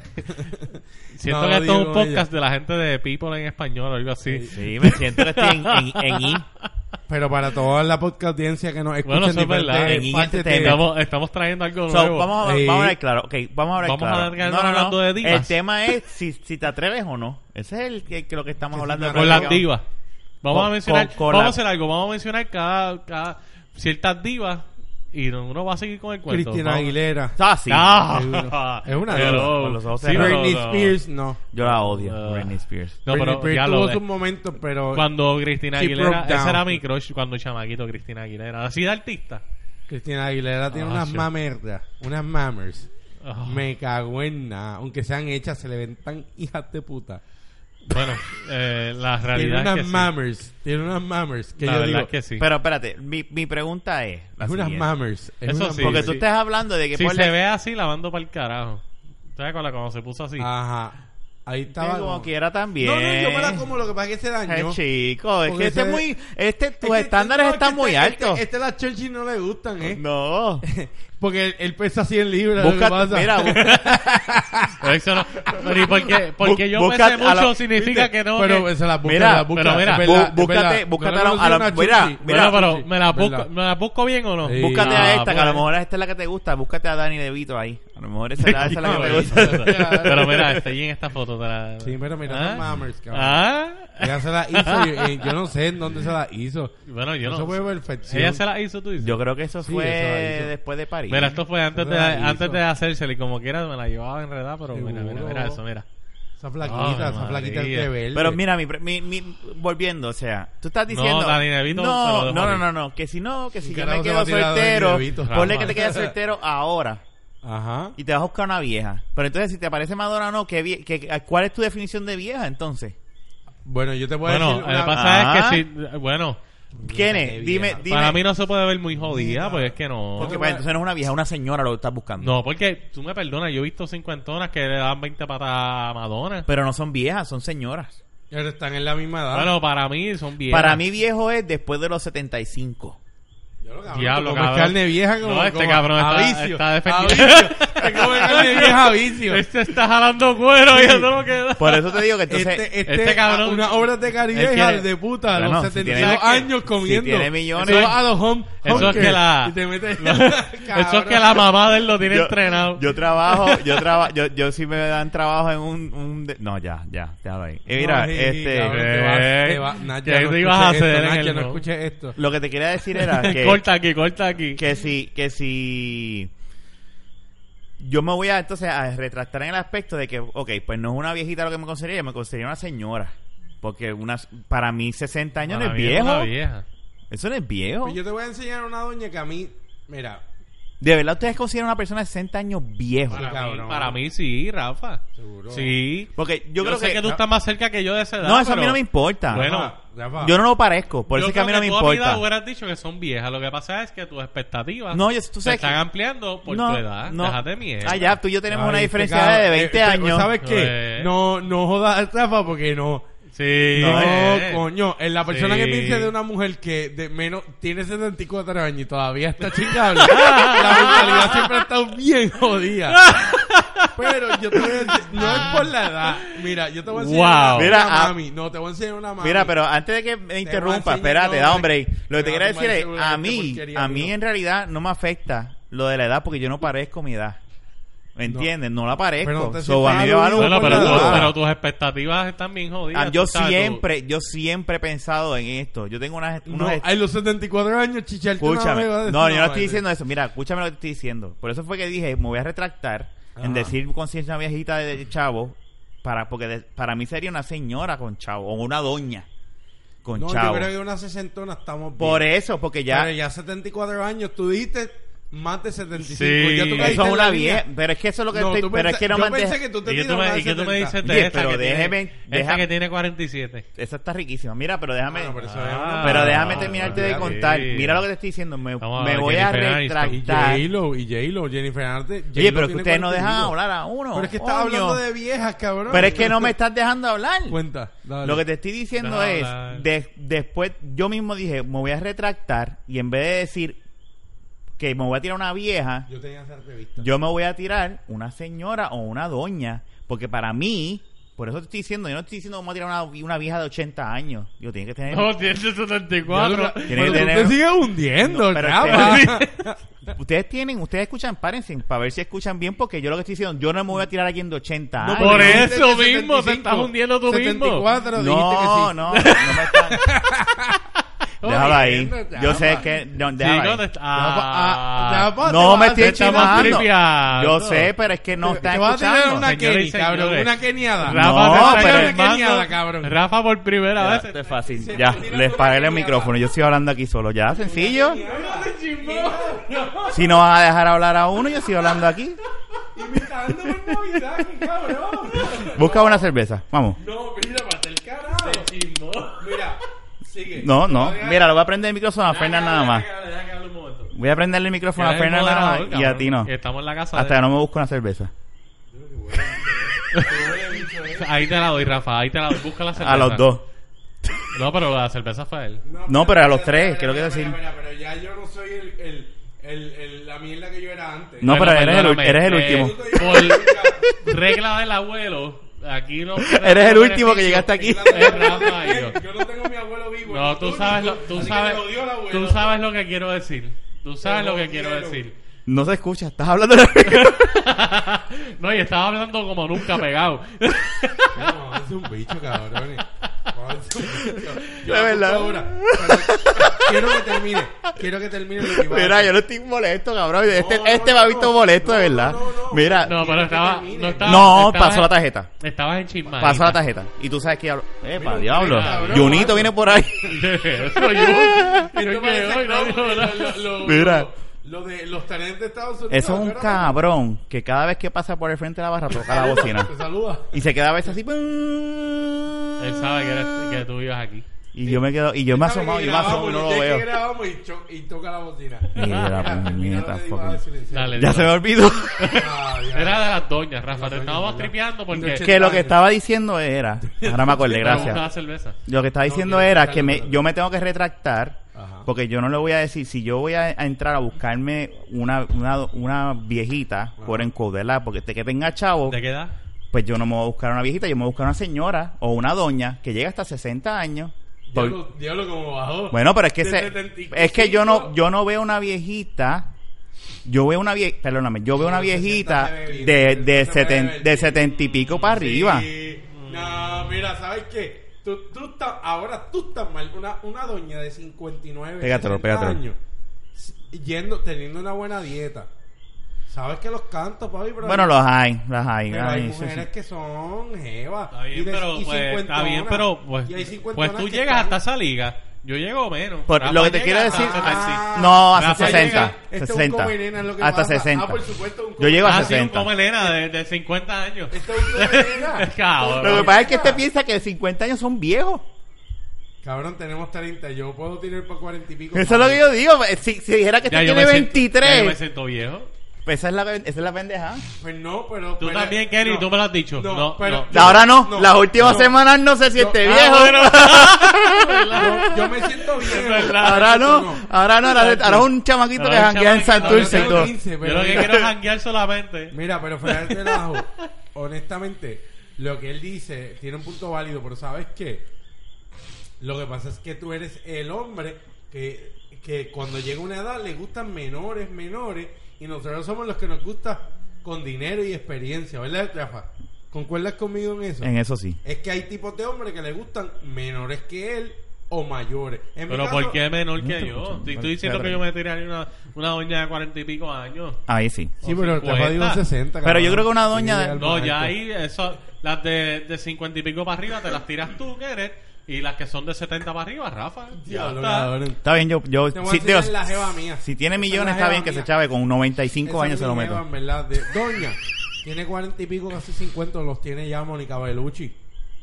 S2: siento
S3: No
S2: que esto
S3: jodido
S2: es un
S3: como ella.
S2: podcast de la gente de People en español o algo así.
S1: Sí, me siento que estoy en, en, en I.
S3: Pero para toda la podcast audiencia que nos escucha
S2: Bueno, eso es verdad. este
S1: En
S3: de...
S1: Entertainment.
S2: Eh, Estamos, estamos trayendo algo
S1: So,
S2: nuevo.
S1: vamos, a,
S3: Sí.
S1: vamos a hablar claro. Ok, vamos a hablar
S2: Vamos a
S1: claro.
S2: alargar hablando de divas.
S1: El tema es si, si te atreves o no. Ese es el que, que lo que estamos
S3: Sí,
S1: hablando.
S3: sí,
S1: de
S2: con las
S1: radio.
S2: divas. Vamos
S1: Con-
S2: a mencionar,
S1: con- con
S2: vamos
S1: la-
S2: a hacer algo, vamos a mencionar cada, cada ciertas divas y no- uno va a seguir con el cuento.
S3: Cristina
S2: Vamos-
S3: Aguilera.
S1: Ah, sí.
S2: *laughs* ¡Ah!
S3: Es una
S2: Hello.
S3: diva,
S1: con los ojos
S2: Sí,
S1: cerrados.
S2: pero-
S3: Britney
S2: no.
S3: Spears, no.
S1: *laughs* Yo la odio,
S2: Ah.
S1: Britney Spears.
S2: No,
S3: Britney
S2: pero
S3: Spears
S2: ya
S3: tuvo
S2: lo
S3: sus momentos, pero
S2: Cuando Cristina
S3: She
S2: Aguilera,
S3: broke down.
S2: ese era mi crush cuando chamaquito Cristina Aguilera, así de artista.
S3: Cristina Aguilera tiene
S2: Ah,
S3: unas
S2: shit.
S3: mamerdas, unas mamers.
S2: Ah,
S3: Me cago en nada. Aunque sean hechas, se le ven tan hijas de puta. *laughs*
S2: Bueno, eh, la
S3: Tiene
S2: realidad es
S3: unas
S2: que sí.
S3: mammers, tiene unas mammers. Que
S2: la
S3: yo
S2: verdad
S3: digo,
S2: es que sí.
S1: Pero espérate, mi, mi pregunta es. la
S3: es unas
S1: siguiente.
S3: mammers. es
S2: Eso
S3: unas
S1: Porque
S2: sí.
S3: mammers.
S1: tú estás hablando de que
S2: si
S1: por
S2: se ve así, la mando para el carajo. ¿Sabes con la cuando se puso así?
S3: Ah. Ajá. Ahí estaba.
S1: como
S3: como-
S1: quiera también.
S3: No, no, yo me la como lo que pasa es que se
S1: Ay,
S3: dañó.
S1: chico, es
S3: Porque
S1: que este
S3: se-
S1: es muy. Este, tus
S3: Es que-
S1: estándares
S3: no, es que
S1: están
S3: este-
S1: muy
S3: este-
S1: altos.
S3: Este, a las Churchill no le gustan, ¿eh?
S1: No.
S3: Porque él, él pesa 100 libras. lo que
S1: Busca,
S3: pasa.
S1: mira, bu-
S2: Pero eso no- pero ¿y por qué? porque
S1: Bu-
S2: yo
S1: busca
S2: pese
S1: a la-
S2: mucho significa que no.
S3: Pero
S2: que-
S3: se las busca,
S1: Mira,
S3: se las busca.
S2: pero mira,
S3: es verdad, es
S1: bu- búscate-
S3: verdad. Yo
S1: búscate
S3: conocí
S1: a la-
S3: una
S1: mira,
S3: Churchill.
S1: mira,
S2: Bueno, pero
S3: sí,
S2: ¿me la, busco,
S3: verdad.
S2: ¿me la busco bien o no?
S3: Sí.
S1: búscate
S2: Ah,
S1: a esta, que a lo
S2: pues.
S1: mejor esta es la que te gusta. Búscate a Dani DeVito ahí. A lo mejor esa, es la- esa es la que te
S3: *laughs*
S1: gusta. *laughs*
S2: *laughs*
S3: gusta.
S2: pero mira,
S3: *laughs*
S2: está ahí en esta foto. te la-
S3: Sí, pero mira,
S2: ¿Ah?
S3: son mammers, cabrón.
S2: ¿Ah?
S3: Ella se la hizo, yo, eh, yo no sé en dónde se la hizo.
S2: Bueno, yo
S3: Eso
S2: no.
S3: fue perfección.
S2: Ella se la hizo, tú dices.
S1: Yo creo que eso
S3: Sí,
S1: fue
S3: eso la hizo.
S1: después de París.
S2: Mira, esto fue antes
S3: Se
S2: de,
S3: la hizo.
S2: antes de hacérsela y como quiera me la llevaba enredada, pero mira, mira,
S3: Seguro.
S2: mira eso, mira.
S3: Esa flaquita,
S2: Ay,
S3: esa
S2: María.
S3: flaquita es rebelde.
S1: Pero mira, mi, pre- mi- mi- volviendo, o sea, tú estás diciendo.
S2: Dani DeVito se lo
S1: no, no,
S2: dejo
S1: no,
S2: morir.
S1: no, no, que si no, que si yo
S3: Carajo,
S1: me
S3: se
S1: quedo
S3: va a tirar Dani
S1: soltero,
S3: DeVito.
S1: ponle que
S2: Jamás.
S1: te quedas soltero ahora
S3: Ajá.
S1: y te vas a buscar una vieja. Pero entonces, si te aparece Madonna o no, ¿qué vie- qué- ¿cuál es tu definición de vieja entonces?
S3: Bueno, yo te puedo
S2: Bueno,
S3: decir.
S2: lo
S3: una-
S2: que pasa
S1: Pues Ah.
S2: es que si. Bueno,
S1: ¿Quién
S3: qué
S1: es? Dime,
S3: vieja.
S1: dime.
S2: para mí no se puede ver muy jodida, pues es que no.
S1: Porque pues, entonces no es una vieja, es una señora lo que estás buscando.
S2: No, porque tú me perdonas, yo he visto cincuentonas que le dan 20 patas a Madonna.
S1: Pero no son viejas, son señoras.
S3: Pero están en la misma edad.
S2: Bueno, para mí son viejas.
S1: Ah. Para
S2: *laughs*
S1: mí viejo es después de los 75.
S3: Yo lo cabrón,
S2: Diablo,
S3: como es
S2: cabrón.
S3: carne vieja como,
S2: No, este
S3: como-
S2: cabrón
S3: a
S2: está,
S3: vicio.
S2: está defendiendo.
S3: A vicio. Te come carne vieja a
S2: *laughs*
S3: vicio.
S2: Este está jalando cuero y eso no queda.
S1: Por eso te digo que entonces...
S3: Este, este,
S2: este cabrón-
S3: Unas obras de
S2: Él
S3: Caribe
S2: quiere-
S3: hija de puta. A
S1: Bueno,
S3: los
S1: si
S3: 72
S1: tiene-
S3: años comiendo.
S1: si tiene millones-
S3: Eso es a los home.
S2: Eso es que la-
S3: Y te
S2: *laughs*
S3: metes.
S2: Eso es que la mamá de él lo tiene entrenado. *laughs*
S1: Yo trabajo, yo trabajo, yo, yo sí me dan trabajo en un... un de- No, ya, ya, ya ahí. Eh, mira,
S3: No, sí,
S1: este...
S3: cabrón, te vas- te vas-
S2: ¿Qué
S3: Nacha, no
S2: te ibas a
S3: escuches
S2: hacer
S3: esto,
S2: en
S3: Nacha,
S2: el
S3: no
S2: no?
S3: escuches esto.
S1: Lo que te quería decir
S3: *laughs*
S1: era que...
S2: corta aquí, corta aquí.
S1: que si... Que si... Yo me voy a, entonces, a retractar en el aspecto de que, ok, pues no es una viejita lo que me consideraría, me consideraría una señora. Porque una, para mí 60 años
S2: Para
S1: no es
S2: mí es una
S1: viejo.
S2: vieja.
S1: Eso no es viejo.
S3: Pues yo te voy a enseñar una doña que a mí. Mira,
S1: ¿De verdad ustedes consideran a una persona de 60 años viejo?
S3: Para-
S2: Para mí,
S3: cabrón.
S2: para mí sí, Rafa.
S3: Seguro.
S2: Sí.
S1: Porque yo, creo
S2: sé
S1: que...
S2: que, tú estás más cerca que yo de esa edad.
S1: no, eso a mí
S2: pero
S1: no me importa.
S2: Bueno,
S3: Rafa,
S1: yo no lo parezco, por eso
S2: yo
S1: es que a mí
S2: creo
S1: no me
S2: tú a mi edad
S1: importa.
S2: hubieras dicho que son viejas. Lo que pasa es que tus expectativas
S1: No, yo- tú
S2: se
S1: sabes
S2: están
S1: que-
S2: ampliando por
S1: no,
S2: tu edad.
S1: no.
S2: Déjate mierda.
S1: Ah, ya, tú y yo tenemos
S3: Ay,
S1: una
S3: este
S1: diferencia
S3: cabrón,
S1: de
S3: eh,
S1: 20
S3: eh,
S1: años.
S3: ¿Sabes qué?
S2: Eh.
S3: No, no jodas, Rafa, porque no.
S2: Sí.
S3: No,
S2: eh.
S3: coño. En la persona
S2: Sí.
S3: que me dice de una mujer que de menos tiene 74 años y todavía está chingable, *laughs* la mentalidad siempre ha estado bien jodida. Pero yo te voy a decir, no es por la edad. Mira, yo te voy a enseñar
S2: Wow.
S3: una
S1: Mira, ah-
S3: mami. No, te voy a enseñar una mami.
S1: Mira, pero antes de que me interrumpa,
S3: voy a enseñar,
S1: espérate,
S3: no,
S1: da hombre. Lo
S3: me
S1: que te
S3: va
S1: quiero
S3: a tomar
S1: decir es, a
S3: seguro de esta
S1: mí,
S3: porquería,
S1: a mí
S3: pero-
S1: en realidad no me afecta lo de la edad porque yo no parezco mi edad. ¿Me entiendes? No, la parezco.
S3: Pero no te
S1: So, a mí me
S3: sientas
S1: vale un
S2: Bueno,
S3: por
S2: pero,
S1: coño
S2: tú-
S1: nada.
S2: pero tus expectativas están bien jodidas.
S1: Ah, yo
S2: tú sabes, tú-
S1: siempre, yo siempre he pensado en esto. Yo tengo unas,
S3: No,
S1: unas
S3: a los 74 años, *laughs* chicharte una
S1: Escúchame.
S3: vez, va a decir
S1: No, yo
S3: una
S1: no estoy
S3: vaina.
S1: diciendo eso. Mira, escúchame lo que te estoy diciendo. Por eso fue que dije, me voy a retractar en
S3: Ajá.
S1: decir conciencia viejita de de chavo. Para, porque de- para mí sería una señora con chavo o una doña con
S3: No,
S1: chavo.
S3: yo creo que una sesentona estamos bien.
S1: Por eso, porque ya.
S3: Pero ya 74 años, tú dijiste más de 75.
S2: Sí,
S3: ya tú caíste
S1: eso es
S3: en la
S1: una
S3: línea.
S1: vieja. Pero es que eso es lo que
S3: No,
S1: estoy.
S3: tú
S1: Pero
S3: pensa-
S1: es que no
S3: yo
S1: me antes-
S3: pensé que tú te
S2: ¿Y, que tú
S3: tiras una
S2: me, y que tú me
S3: 70.
S2: dices de
S1: Oye,
S2: esta,
S1: pero
S2: que
S1: déjeme-
S2: tiene, esta
S1: deja-
S2: que tiene 47?
S1: Esa está riquísima. Mira, pero déjame.
S3: Ah, pero eso
S2: Ah,
S3: es una-
S1: pero déjame
S2: ah,
S1: terminarte de
S2: sí.
S1: contar. Mira lo que te estoy diciendo. Me,
S2: Vamos a
S1: me
S2: ver,
S1: voy a
S2: Jennifer Aniston.
S3: Y
S1: retractar.
S3: J-Lo, y J-Lo, Jennifer Aniston.
S1: Oye,
S3: J-Lo
S1: pero es que
S3: tiene
S1: ustedes no dejan
S3: 42.
S1: hablar a uno.
S3: Pero es que estás
S1: coño.
S3: hablando de viejas, cabrón.
S1: Pero es que no me estás dejando hablar.
S3: *laughs* Cuenta, dale.
S1: Lo que te estoy diciendo
S2: No,
S1: es,
S2: la-
S1: de- después yo mismo dije, me voy a retractar y en vez de decir que me voy a tirar una vieja,
S3: Yo tenía esa entrevista.
S1: yo me voy a tirar una señora o una doña, porque para mí, por eso te estoy diciendo, yo no estoy diciendo que me voy a tirar una, una vieja de 80 años, yo tiene que tener...
S2: No, tiene
S3: Pero
S2: 74.
S3: tú
S1: Tiene que tener-
S3: te sigues
S1: No,
S3: hundiendo,
S1: pero
S3: chapa.
S1: Ustedes tienen, ustedes escuchan, párense para ver si escuchan bien, porque yo lo que estoy diciendo, yo no me voy a tirar a alguien de 80
S3: No,
S1: años.
S2: por
S3: pero
S2: eso
S3: dijiste
S2: mismo, te estás hundiendo tú mismo.
S3: *laughs* 74, dijiste que
S1: No,
S3: sí.
S1: no, no me están...
S3: *laughs*
S1: Déjalo ahí. Yo sé que... No, déjalo
S2: Chico,
S1: ahí.
S2: te está- ah,
S3: ah, te va-
S1: No me
S3: te
S1: estoy
S2: estamos
S1: chivando.
S2: tripeando.
S1: Yo sé, pero es que no
S3: Te
S1: está
S3: vas a tirar
S1: escuchando.
S3: una
S2: Señores y
S3: Kenny, cabrón.
S2: señores.
S3: Una keniada.
S2: Rafa
S1: No,
S2: te está
S1: pero-
S2: llamando-
S3: cabrón.
S2: Rafa por primera
S1: Ya,
S2: vez.
S1: esto es fácil.
S3: se-
S1: Ya,
S3: se tira
S1: les
S3: una
S1: pagué el
S3: mierda.
S1: micrófono. Yo estoy hablando aquí solo. Ya,
S3: *laughs*
S1: sencillo.
S3: Imitando
S1: Si no vas a dejar hablar a uno, yo sigo hablando aquí.
S3: por Navidad, cabrón.
S1: Busca una cerveza. Vamos.
S3: No, mira, para el carajo. Mira, sigue.
S1: No, no. Mira, lo voy a prender el micrófono a Fernan nada más. Voy a prenderle el micrófono a
S2: Eres el
S1: Fernan nada
S2: moderador,
S1: más y a
S2: cabrón.
S1: ti no.
S2: Estamos en la casa.
S1: Hasta
S2: de-
S1: que no me busco una cerveza.
S2: Ahí te la doy, Rafa. Ahí te la doy. Busca la cerveza.
S1: *laughs* A los dos.
S2: No, pero la cerveza fue él.
S1: No, pero a los tres, creo
S3: espera,
S1: que decir-
S3: espera, espera, espera, Pero ya yo no soy el, el, el, el- la mierda que yo era antes.
S1: No, pero eres el
S2: perdóname,
S1: ul- eres el
S2: eh,
S1: último.
S2: por regla del abuelo,
S1: *laughs*
S2: aquí no.
S1: Eres el último que llegaste aquí. *laughs*
S2: Es Rafa y yo.
S3: *laughs* Yo no tengo a mi abuelo vivo.
S2: No, tú sabes lo, tú
S3: Así que
S2: sabes,
S3: te lo dio el abuelo.
S2: tú
S3: *laughs*
S2: sabes lo que quiero decir. Tú sabes
S3: Te
S2: lo que
S3: lo
S2: quiero
S3: dieron.
S2: decir. *laughs*
S1: No se escucha. Estás hablando de
S2: No, y estaba hablando como nunca pegado.
S3: No, es un bicho, cabrón. Es un bicho.
S1: *laughs*
S3: Yo
S1: De
S3: lo
S1: verdad.
S3: escucho ahora, pero quiero que termine. Quiero que termine lo que iba a
S1: *laughs* Mira,
S3: decir.
S1: yo no estoy molesto, cabrón. Este,
S3: No,
S1: este
S3: no,
S1: me ha visto
S3: no.
S1: molesto, de
S3: No,
S1: verdad.
S3: no, no.
S1: Mira,
S2: No, pero estaba, no estaba.
S1: No,
S2: estabas-
S1: pasó la tarjeta.
S2: Estabas en chismadita.
S1: Pasó la tarjeta. Y tú sabes que hablo.
S3: Mira,
S1: ¡Epa,
S3: un
S1: diablo!
S3: cabrón,
S1: Junito
S3: algo.
S1: viene por
S3: *laughs*
S1: ahí.
S2: Soy yo. Pero
S3: Esto
S2: es que
S3: parece
S2: hoy no dijo
S3: Trump,
S2: nada.
S3: lo- lo- lo-
S1: Mira.
S3: lo- Lo de los talentos de Estados Unidos.
S1: Eso es un
S3: Espérate.
S1: cabrón que cada vez que pasa por el frente de la barra toca la bocina.
S3: Te saluda.
S1: Y se queda a veces así.
S2: Él
S1: Él
S2: sabe que, eres- que tú ibas aquí.
S1: Y yo me quedo. Y yo me
S3: Sabe
S1: asomo
S3: que
S1: y me asomo y no
S3: grabamos,
S1: lo
S3: ya que
S1: veo.
S3: grabamos y, cho- y toca la bocina.
S1: Mira,
S3: *laughs* Mira, mira
S1: puñeta,
S3: lo que digo,
S1: fucking.
S3: ah, silencio.
S2: Dale.
S1: Ya se me olvidó.
S3: *laughs* Ah, ya.
S2: Era de las doñas, Rafa. Te
S3: doñas,
S2: estábamos
S3: ¿verdad?
S2: tripeando porque.
S1: Que lo que estaba diciendo era. Ahora me
S2: *laughs*
S1: acordé,
S2: Te gustaba
S1: gracias.
S2: cerveza.
S1: Lo que estaba
S3: No,
S1: diciendo
S3: quiero
S1: era
S3: escucharlo,
S1: que me,
S3: pero-
S1: yo me tengo que retractar.
S3: Ajá.
S1: Porque yo no le voy a decir, si yo voy a, a entrar a buscarme una, una, una viejita, por encuadrarla, Porque te que tenga chavo,
S2: ¿De qué edad?
S1: pues yo no me voy a buscar una viejita, yo me voy a buscar una señora o una doña que llega hasta 60 años. Por-
S3: Diablo, diablo como bajó.
S1: bueno, pero es que
S3: De
S1: se-
S3: 75.
S1: es que yo no yo no veo una viejita, yo veo una viejita, perdóname, yo veo una
S3: No, 60
S1: viejita
S3: se ve bien,
S1: de de
S3: 60 se ve
S1: 70 de
S3: bien.
S1: 70 y pico para arriba.
S3: Sí. No, mira, ¿sabes qué? Tú, tú estás, ahora tú estás mal. Una, una doña de 59
S1: Pégatelo,
S3: 60
S1: pégatelo.
S3: años yendo, teniendo una buena dieta. ¿Sabes que los cantos, papi? Pero
S1: Bueno, los hay, los hay.
S3: Pero
S1: ay,
S3: hay
S1: sí, sí.
S3: mujeres que son jevas.
S2: Está bien,
S3: y de-
S2: pero,
S3: y
S2: pues, está
S3: cincuentonas.
S2: bien, pero pues,
S3: Y hay
S2: pues
S3: cincuentonas
S2: tú
S3: que
S2: llegas
S3: están-
S2: hasta esa liga. Yo llego menos.
S1: Por-
S2: Rafa
S1: lo que te
S2: llega
S1: quiero
S2: hasta
S1: decir-
S2: 70.
S1: No, hasta
S2: Rafa
S1: 60.
S2: llega-
S3: Este es un
S1: 60.
S3: come nena, es lo que
S1: Hasta
S3: pasa.
S1: 60.
S3: Ah, por supuesto, un
S1: Yo
S3: come-
S1: llego a
S2: Ah, sí, un
S1: 60.
S2: come nena de, de 50 años.
S3: Este es un
S2: *laughs*
S3: come nena.
S2: Cabrón.
S1: Lo que pasa es que este piensa que 50 años son viejos.
S3: Cabrón, tenemos 30. Yo puedo tirar para 40 y pico.
S1: Eso es lo que yo digo. Si, si dijera que
S2: Ya
S1: este
S2: yo
S1: tiene
S2: me siento- ya yo me
S1: 23,
S2: siento viejo.
S1: pues esa es la, esa es la pendeja.
S3: Pues no, pero.
S2: Tú
S3: pero-
S2: también, Kenny,
S3: no.
S2: tú me lo has dicho.
S3: No,
S2: No,
S3: pero-
S2: no.
S3: Yo-
S1: Ahora no,
S3: no,
S1: las últimas
S3: no, Ah,
S1: semanas no se siente
S3: no,
S1: viejo. *laughs*
S3: Yo, yo
S2: *laughs*
S3: me siento
S2: Es
S3: bien.
S2: verdad.
S1: ahora no, ahora no, ahora,
S2: Exacto.
S1: ahora es un chamaquito
S2: Ahora
S1: que
S2: un
S1: janguea en
S2: chamaquito,
S1: Santurce y
S3: ahora tengo
S1: todo.
S3: 15.
S2: Yo
S3: pero-
S2: lo que quiero es janguear solamente.
S3: Mira, pero fuera de relajo, honestamente, lo que él dice tiene un punto válido, pero ¿sabes qué? Lo que pasa es que tú eres el hombre que, que cuando llega una edad le gustan menores, menores, y nosotros somos los que nos gusta con dinero y experiencia, ¿verdad, Rafa? ¿Concuerdas conmigo en eso?
S1: En eso sí.
S3: Es que hay tipos de hombres que le gustan menores que él o mayores. En mi
S2: Pero
S3: caso,
S2: ¿por qué menor que
S1: te
S2: yo?
S1: escucho.
S2: Estoy,
S1: Vale,
S2: estoy diciendo que
S1: espérate.
S2: yo me tiraría una, una doña de cuarenta y pico años.
S1: Ahí sí.
S3: Sí, pero el Rafa dijo
S2: 50.
S3: 60.
S1: Pero yo creo que una doña-
S3: Sí,
S2: No, ya
S3: Alberto.
S2: ahí, eso, las de, de 50 y pico para arriba te las tiras tú, que eres, y las que son de 70 para arriba, Rafa. eh. Ya
S3: Diablo,
S2: está.
S3: cabrón.
S1: Está bien, yo... yo
S3: Te voy a
S1: sí,
S3: enseñar
S1: digo,
S3: la jeva mía.
S1: si tiene
S3: Esa es
S1: millones
S3: la
S1: está
S3: jeva
S1: bien que se
S3: mía.
S1: chave, con 95
S3: Esa
S1: años
S3: es
S1: se lo
S3: mi
S1: meto.
S3: jeva, en verdad, de- doña, tiene cuarenta y pico, casi 50, los tiene ya Mónica Bellucci.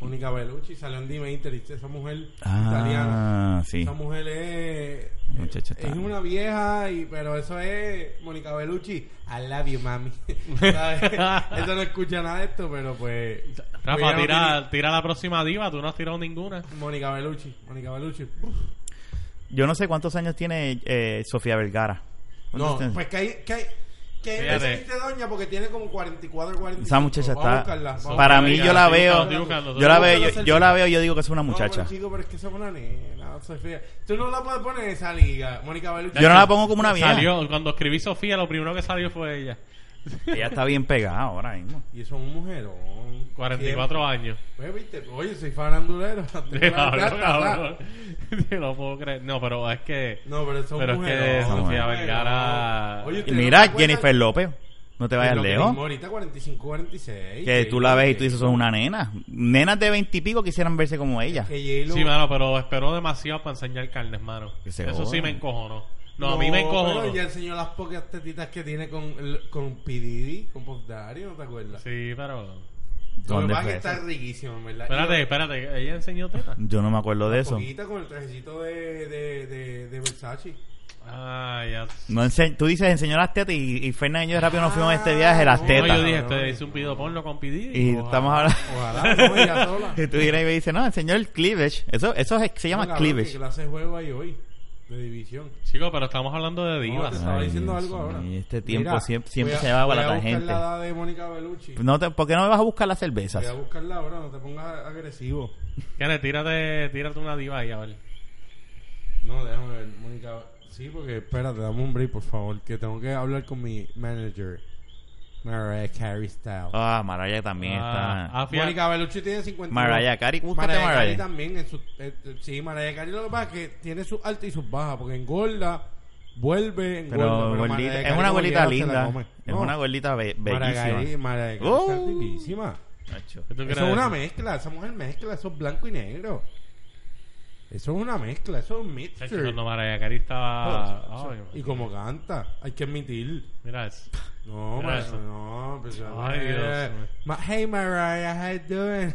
S3: Mónica Bellucci salió en Dime Interest, esa mujer italiana.
S1: Ah, sí.
S3: Esa mujer es...
S1: Muchacha está-
S3: Es una vieja, y, pero eso es Mónica Bellucci. I love you, mami. *laughs* ¿Sabes? Esa no escucha nada de esto, pero pues... pues
S2: Rafa,
S3: ella no
S2: tira, tira la próxima diva, tú no has tirado ninguna.
S3: tiene- Mónica Bellucci, Mónica Bellucci. Uf.
S1: Yo no sé cuántos años tiene eh, Sofía Vergara. ¿Cuántos
S3: No,
S1: tiene?
S3: pues que hay... Que hay que hay
S2: Fíjate.
S3: veces que doña porque tiene como 44, 45.
S1: Esa muchacha
S3: Vamos a
S1: está...
S3: buscarla, vamos a
S1: Para
S2: Sofía
S1: mí yo
S2: Vergara,
S1: la
S2: estoy
S1: veo...
S2: buscando, estoy buscando,
S1: Yo la
S3: estoy
S1: veo,
S3: buscando
S1: yo, yo la
S3: cerca.
S1: veo, yo digo que es una muchacha.
S3: No, pero chico, pero es que esa es una nena, Sofía. Tú no la puedes poner en esa liga, Mónica Bellucci.
S1: Yo no la pongo como una vieja.
S2: Salió, cuando escribí Sofía, lo primero que salió fue ella.
S1: Ella está bien pegada ahora mismo.
S3: Y eso es un mujerón.
S2: 44
S3: *laughs*
S2: años.
S3: Pues, viste, oye, soy farandulero. *laughs* Tengo la
S2: *laughs* Diablo,
S3: plata,
S2: cabrón.
S3: ¿sabes?
S2: Yo *laughs* no puedo creer. No, pero es que.
S3: No, pero eso es
S2: Pero
S3: un
S2: es que
S3: mujerón.
S2: Sofía
S3: mujerón.
S2: Vergara-
S1: Y
S3: ¿ustedes no se
S1: mira,
S3: acuerdan
S1: Jennifer López. No te
S3: de
S1: vayas
S3: lo que
S1: lejos.
S3: mismo Ahorita 45, 46.
S1: Que tú la ves y tú dices, son una nena. Nenas de veintipico quisieran verse como ella.
S3: Que J-Lo-
S2: Sí, mano, pero esperó demasiado para enseñar carnes, mano.
S1: Que se
S2: Eso sí
S1: jodan.
S2: me encojonó. No, a mí me encojonó.
S3: pero Ya enseñó las pocas tetitas que tiene con, con P. Diddy, con Pop Daddy, ¿no te acuerdas?
S2: Sí, pero.
S3: Lo que
S1: ¿Dónde
S3: pasa es que
S1: fue
S3: está
S1: eso?
S3: riquísimo, en ¿verdad?
S2: Espérate, espérate. Ella enseñó teta.
S1: Yo no me acuerdo de eso.
S3: Poquita con el trajecito de, de, de, de Versace.
S2: Ah, ya.
S1: No ense- tú dices, enseñó las tetas y, y Fernández y yo de rápido nos fuimos a este
S3: Ah,
S1: viaje, las
S3: no,
S2: No, yo
S1: tetas.
S2: dije,
S3: cabrón.
S2: este hizo un pido porno con Pidi.
S1: Y estamos hablando...
S3: Ojalá, no,
S1: *laughs*
S3: ella sola.
S1: Y tú vienes y me dices, no, enseñó el cleavage. Eso, eso es- se llama
S3: Cabrón, ¿Qué
S1: cleavage.
S3: clase de juego hay hoy? De división.
S2: "Ah, Chico, pero estamos hablando de
S3: No, te
S2: divas.
S3: estaba
S1: Ay,
S3: diciendo
S1: Dios
S3: algo ahora.
S1: mío, este tiempo siempre- siempre
S3: voy a-
S1: se va para
S3: voy
S1: la
S3: buscar
S1: tangente.
S3: la edad de Mónica Bellucci.
S1: No te- ¿Por qué no me vas a buscar las
S3: Voy
S1: cervezas?
S3: a buscarla ahora, no te pongas agresivo.
S2: Kenneth, tírate, tírate una diva ahí, a ver.
S3: No, déjame ver, Mónica. Sí, porque espérate, dame un break, por favor, que tengo que hablar con mi manager. Mariah Carey Style.
S1: Ah, Maraya también
S2: Ah,
S1: está...
S2: ah, fíjate.
S3: Mónica Bellucci tiene 50
S1: Mariah Carey, búscate
S3: Mariah Carey
S1: Mariah.
S3: también. En su, eh, eh, sí, Mariah Carey lo que pasa es que tiene sus altas y sus bajas, porque engorda, vuelve, engorda.
S1: Pero gordita-
S3: Mariah Carey
S1: es una
S3: como
S1: gordita
S3: quiera se la
S1: linda.
S3: come.
S1: Es
S3: No,
S1: una gordita be-
S3: Mariah Carey,
S1: bellísima.
S3: Mariah Carey
S1: Oh.
S3: está lindísima.
S1: Nacho.
S2: ¿Qué tú crees
S3: Eso es
S2: de
S3: una
S2: eso?
S3: mezcla, esa mujer mezcla, eso es blanco y negro. Eso es una mezcla, eso es un
S2: Chacho,
S3: mixture.
S2: no, Mariah Carey estaba... Ay,
S3: y como canta, hay que admitir.
S2: Mira eso.
S3: No,
S2: Mira
S3: Mar-
S2: eso.
S3: no, pues,
S2: Ay,
S3: eh,
S2: Dios.
S3: Ma- hey Mariah, how you doing?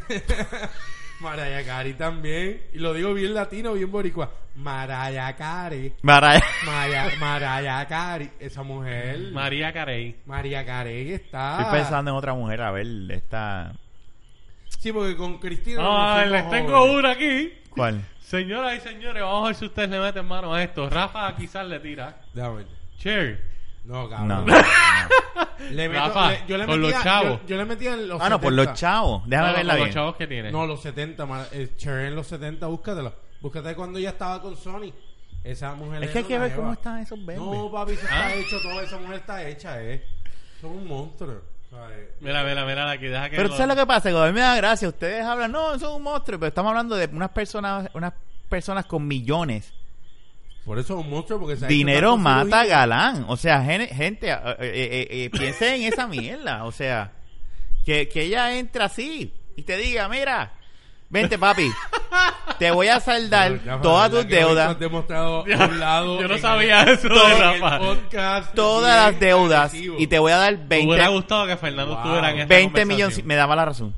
S3: *laughs* Mariah Carey también, y lo digo bien latino, bien boricua. Mariah Carey,
S1: Mariah...
S3: Maya- Mariah Carey, esa mujer.
S2: María Carey.
S3: Mariah Carey
S2: Ah.
S3: está.
S1: Estoy pensando en otra mujer, a ver, esta...
S3: Sí, porque con Cristina. nos
S2: Ay,
S3: fuimos
S2: les tengo
S3: jóvenes.
S2: una aquí.
S1: ¿Cuál?
S2: Señoras y señores, vamos a ver si ustedes le meten mano a esto. Rafa quizás le tira.
S3: Déjame ver.
S2: Che.
S3: No,
S1: No.
S3: cabrón. Le meto-
S2: Rafa,
S3: le- yo le
S2: con los
S3: metía-
S2: chavos.
S3: Yo, yo le metía en los
S1: Ah, no, por los
S3: 70.
S1: chavos. Déjame
S2: No,
S1: verla
S2: con
S1: bien.
S2: los chavos que tiene.
S3: No, los 70. ma- eh, Cher en los 70, búscatela. Búscate cuando ella estaba con Sony. Esa mujer
S1: Es que hay
S3: era
S1: que
S3: una
S1: ver
S3: jeva.
S1: cómo están esos bebés.
S3: No, papi, eso
S2: Ah.
S3: está hecho todo. Esa mujer está hecha, eh. Son un monstruo. eh, ¿sabes?
S2: Mira, mira, mira, aquí deja que...
S1: pero
S2: lo-
S1: tú ¿sabes lo que pasa? Que a mí me da gracia. Ustedes hablan, no, eso es un monstruo. Pero estamos hablando de unas personas unas personas con millones.
S3: Por eso es un monstruo. Porque se ha hecho
S1: Dinero
S3: tanto
S1: mata
S3: cirugía.
S1: galán. O sea, gen- gente, eh, eh, eh, eh, piensen en esa mierda. O sea, que, que ella entra así y te diga, mira, vente papi, te voy a
S3: Pero, Rafa,
S1: saldar
S3: de
S1: todas
S3: verdad
S1: tus
S3: que hoy tú
S1: deudas.
S3: has demostrado
S2: Ya,
S3: un lado.
S2: Yo no *laughs*
S3: en
S2: sabía eso
S3: el-
S2: de
S3: en el
S2: Rafa. Me
S3: podcast
S1: Todas
S3: bien
S1: las deudas
S3: agresivo.
S1: y te voy a dar
S2: hubiera
S1: 20
S2: gustado que Fernando
S3: Wow.
S2: estuviera en esta
S1: 20
S2: conversación.
S1: millones, me daba la razón.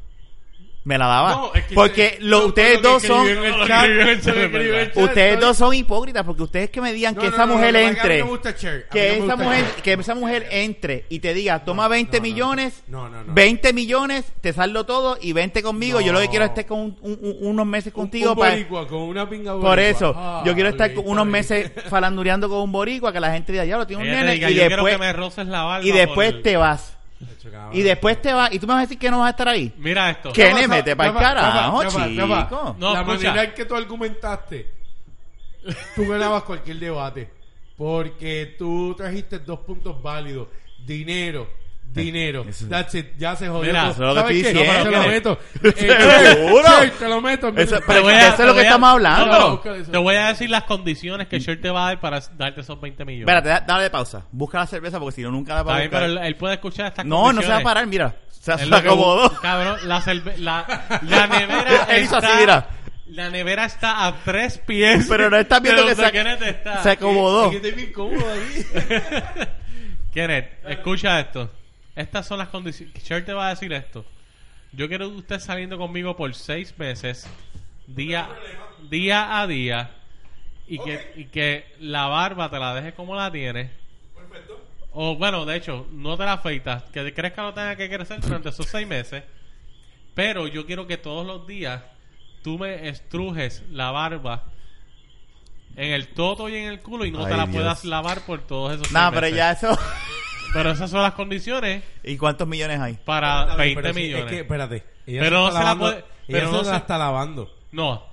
S1: Me la daba.
S3: No, es que
S1: porque
S3: usted-
S1: lo-
S3: no,
S1: ustedes
S3: lo que
S1: dos son
S3: escribió en el
S2: Lo
S3: chat,
S2: escribió en el
S3: lo
S2: chat,
S3: que
S2: es
S3: escribió en el
S2: verdad.
S3: chat,
S1: ustedes
S3: estoy-
S1: dos son hipócritas porque ustedes que me digan
S3: No,
S1: que
S3: no,
S1: esa
S3: no,
S1: mujer
S3: no, no, a mí
S1: entre,
S3: no me gusta Cher, a mí
S1: que
S3: no me
S1: esa
S3: gusta
S1: mujer,
S3: Cher.
S1: que esa mujer entre y te diga, toma 20
S3: no, no, no.
S1: millones,
S3: No, no, no.
S1: 20 millones, te saldo todo y vente conmigo. Yo lo que
S3: No.
S1: quiero es estar con un- un- un- unos meses
S3: Un-
S1: contigo
S3: un
S1: para
S3: boricua, con una pinga
S1: pues, por
S3: boricua.
S1: eso,
S3: Ah,
S1: yo quiero estar
S3: ok,
S1: con
S3: está
S1: unos
S3: bien. *laughs*
S1: meses falandureando con un boricua que la gente diga, ya lo tiene un
S2: Ella te
S1: nene
S2: diga,
S1: y
S2: yo quiero
S1: después
S2: que me roces la barba
S1: y
S2: por
S1: después
S2: el-
S1: te vas.
S3: Chacho, cabrón.
S1: Y después te vas y tú me vas a decir que no vas a estar ahí.
S2: Mira esto.
S1: ¿Qué?
S3: Rafa,
S1: Nene, vete pa'l
S3: Rafa,
S1: carajo,
S3: Rafa, Rafa,
S1: chico.
S2: No,
S3: la
S2: escucha.
S3: manera en que tú argumentaste, tú ganabas cualquier debate. Porque tú trajiste dos puntos válidos: dinero, Dinero.
S1: Eso-
S3: That's it. Ya se jodió.
S2: Mira,
S3: todo.
S1: eso es lo que
S3: ¿Sabes
S1: estoy
S3: qué?
S1: diciendo.
S3: te lo meto.
S1: *laughs* Seguro.
S3: Eh, Church, te lo meto.
S1: Eso-
S3: Mira,
S1: pero
S2: voy a-
S1: eso es lo
S2: te
S1: que
S2: voy a-
S1: estamos
S2: No,
S1: hablando.
S2: no,
S3: Vamos a buscar eso.
S2: te voy a decir las condiciones que Shirt te va a dar para darte esos 20 millones.
S1: Espérate, da- dale pausa. Busca la cerveza porque si no, nunca la
S2: Está
S1: va a
S2: bien, pero
S1: buscar.
S2: él, él puede escuchar estas
S1: No,
S2: condiciones.
S1: no se va a parar, mira. Se,
S2: Es
S1: se
S2: lo que-
S1: acomodó.
S2: Cabrón, la, cerve- la,
S1: *laughs*
S2: la nevera
S1: Él hizo
S2: está...
S1: así, mira.
S2: La nevera está a tres pies.
S1: Pero no estás viendo
S2: de
S1: que
S2: donde
S1: se-
S2: Kenneth está.
S1: se acomodó.
S2: Aquí estoy bien cómodo aquí. *laughs* Kenneth, escucha esto. Estas son las condiciones. Shirt te va a decir esto. Yo quiero usted saliendo conmigo por seis meses, día, día a día, y, que, y que la barba te la dejes como la tienes. O bueno, de hecho, no te la afeitas, que crezca no tenga que crecer durante esos seis meses. Pero yo quiero que todos los días tú me estrujes la barba en el toto y en el culo y no te
S1: Ay,
S2: la
S1: Dios.
S2: puedas lavar por todos esos
S1: No,
S2: seis
S1: pero
S2: meses.
S1: ya eso. *laughs*
S2: Pero esas son las condiciones
S1: ¿Y cuántos millones hay?
S2: para
S3: Está bien,
S2: 20
S3: pero sí,
S2: millones.
S3: Es que, pues espérate. Ella
S2: Pero no
S3: está
S2: se la
S3: lavando-
S2: puede-
S3: Ella
S2: pero
S3: se
S2: no
S3: la
S2: se-
S3: está lavando.
S2: No.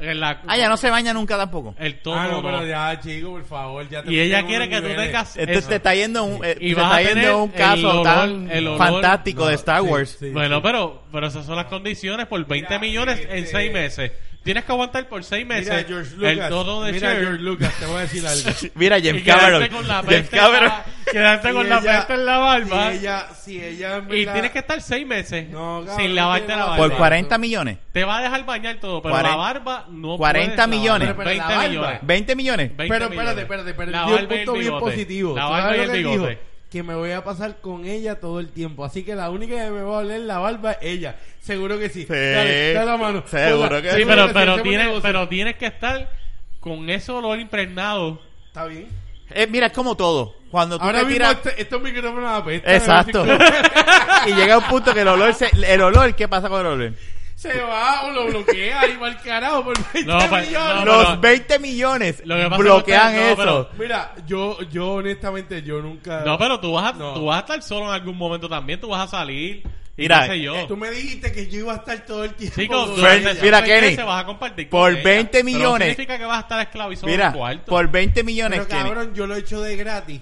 S2: en la-
S1: Ah, ya no se baña nunca tampoco.
S2: El todo.
S3: Ah,
S2: no.
S3: no, pero ya, chico, por favor. Ya te
S2: Y ella
S3: metieron
S2: quiere que
S3: unos
S2: tú
S3: niveles.
S2: tengas.
S1: Entonces
S2: eso.
S1: te está yendo un, eh,
S2: Y
S1: te
S2: vas a
S1: está yendo
S2: tener
S1: un caso
S2: el olor-
S1: tan
S2: el olor-
S1: fantástico
S3: No,
S1: de Star
S3: sí,
S1: Wars.
S3: sí.
S2: Bueno, pero, pero esas son las condiciones por 20
S3: Mira,
S2: millones en
S3: este-
S2: 6 meses. Tienes que aguantar por 6 meses
S3: Mira, George
S2: el
S3: Lucas.
S2: todo de
S3: mira,
S2: Cher
S3: George Lucas, te voy a
S2: *laughs*
S3: decir algo.
S1: Mira,
S2: y
S1: James
S2: quedarte
S1: Cameron.
S2: con la
S1: James
S2: peste en
S1: Cameron.
S2: la, quedarte con
S3: Si
S2: la
S3: ella-
S2: peste en la barba.
S3: Si ella, si ella en
S2: y
S3: verdad-
S2: tienes que estar 6 meses
S3: No, cabrón,
S2: sin lavarte
S3: no,
S2: la barba.
S1: Por 40 millones.
S2: Te va a dejar bañar todo, pero la
S1: Cuaren-
S2: barba no
S1: 40
S2: puedes
S1: millones.
S2: lavar.
S3: Pero, pero la
S2: 20
S3: barba.
S2: millones.
S1: 20 millones.
S2: 20
S3: Pero
S2: millones.
S3: espérate, espérate, espérate.
S2: La
S3: dio un
S2: barba y el
S3: punto bien
S2: bigote.
S3: positivo.
S2: La
S3: ¿Sabes
S2: barba y
S3: lo
S2: el
S3: que él
S2: bigote.
S3: dijo? Que me voy a pasar con ella todo el tiempo. Así que la única que me va a oler la barba es ella. Seguro que sí. Dale, dale la mano.
S1: Seguro
S3: Hola.
S1: que
S2: Sí,
S1: Eso
S2: pero,
S3: que
S2: pero,
S3: hacemos
S2: tienes,
S3: negocio.
S2: pero tienes que estar con ese olor impregnado.
S3: Está bien.
S1: Eh, mira, es como todo. Cuando tú
S3: Ahora
S1: te
S3: mismo
S1: tiras...
S3: este- estos micrófonos
S2: *laughs*
S3: apestan.
S1: Exacto.
S2: este-
S1: *laughs* y llega un punto que el olor... Se... El olor, ¿qué pasa con el olor?
S3: *laughs* Se va o lo bloquea y va al carajo por 20
S2: No, pa-
S3: millones.
S2: No,
S1: Los
S2: pero-
S1: 20 millones
S2: Lo que pasa
S1: bloquean
S2: con ustedes,
S1: eso.
S2: no, pero-
S3: Mira, yo, yo honestamente, yo nunca...
S2: No, pero tú vas a,
S3: No.
S2: tú vas a estar solo en algún momento también, tú vas a salir. y
S1: Mira, eh,
S2: qué sé yo.
S3: Tú me dijiste que yo iba a estar todo el tiempo.
S2: Chicos,
S3: con
S1: Fer-
S2: durante
S3: ella.
S2: esos
S1: mira,
S2: seis
S1: Kenny,
S2: meses vas a compartir
S1: por
S2: con ella,
S1: 20
S2: pero no
S1: millones.
S2: significa que vas a estar esclavizado en
S1: Mira,
S2: un cuarto.
S1: por 20 millones,
S3: Pero
S1: Kenny.
S3: cabrón, yo lo he hecho de gratis.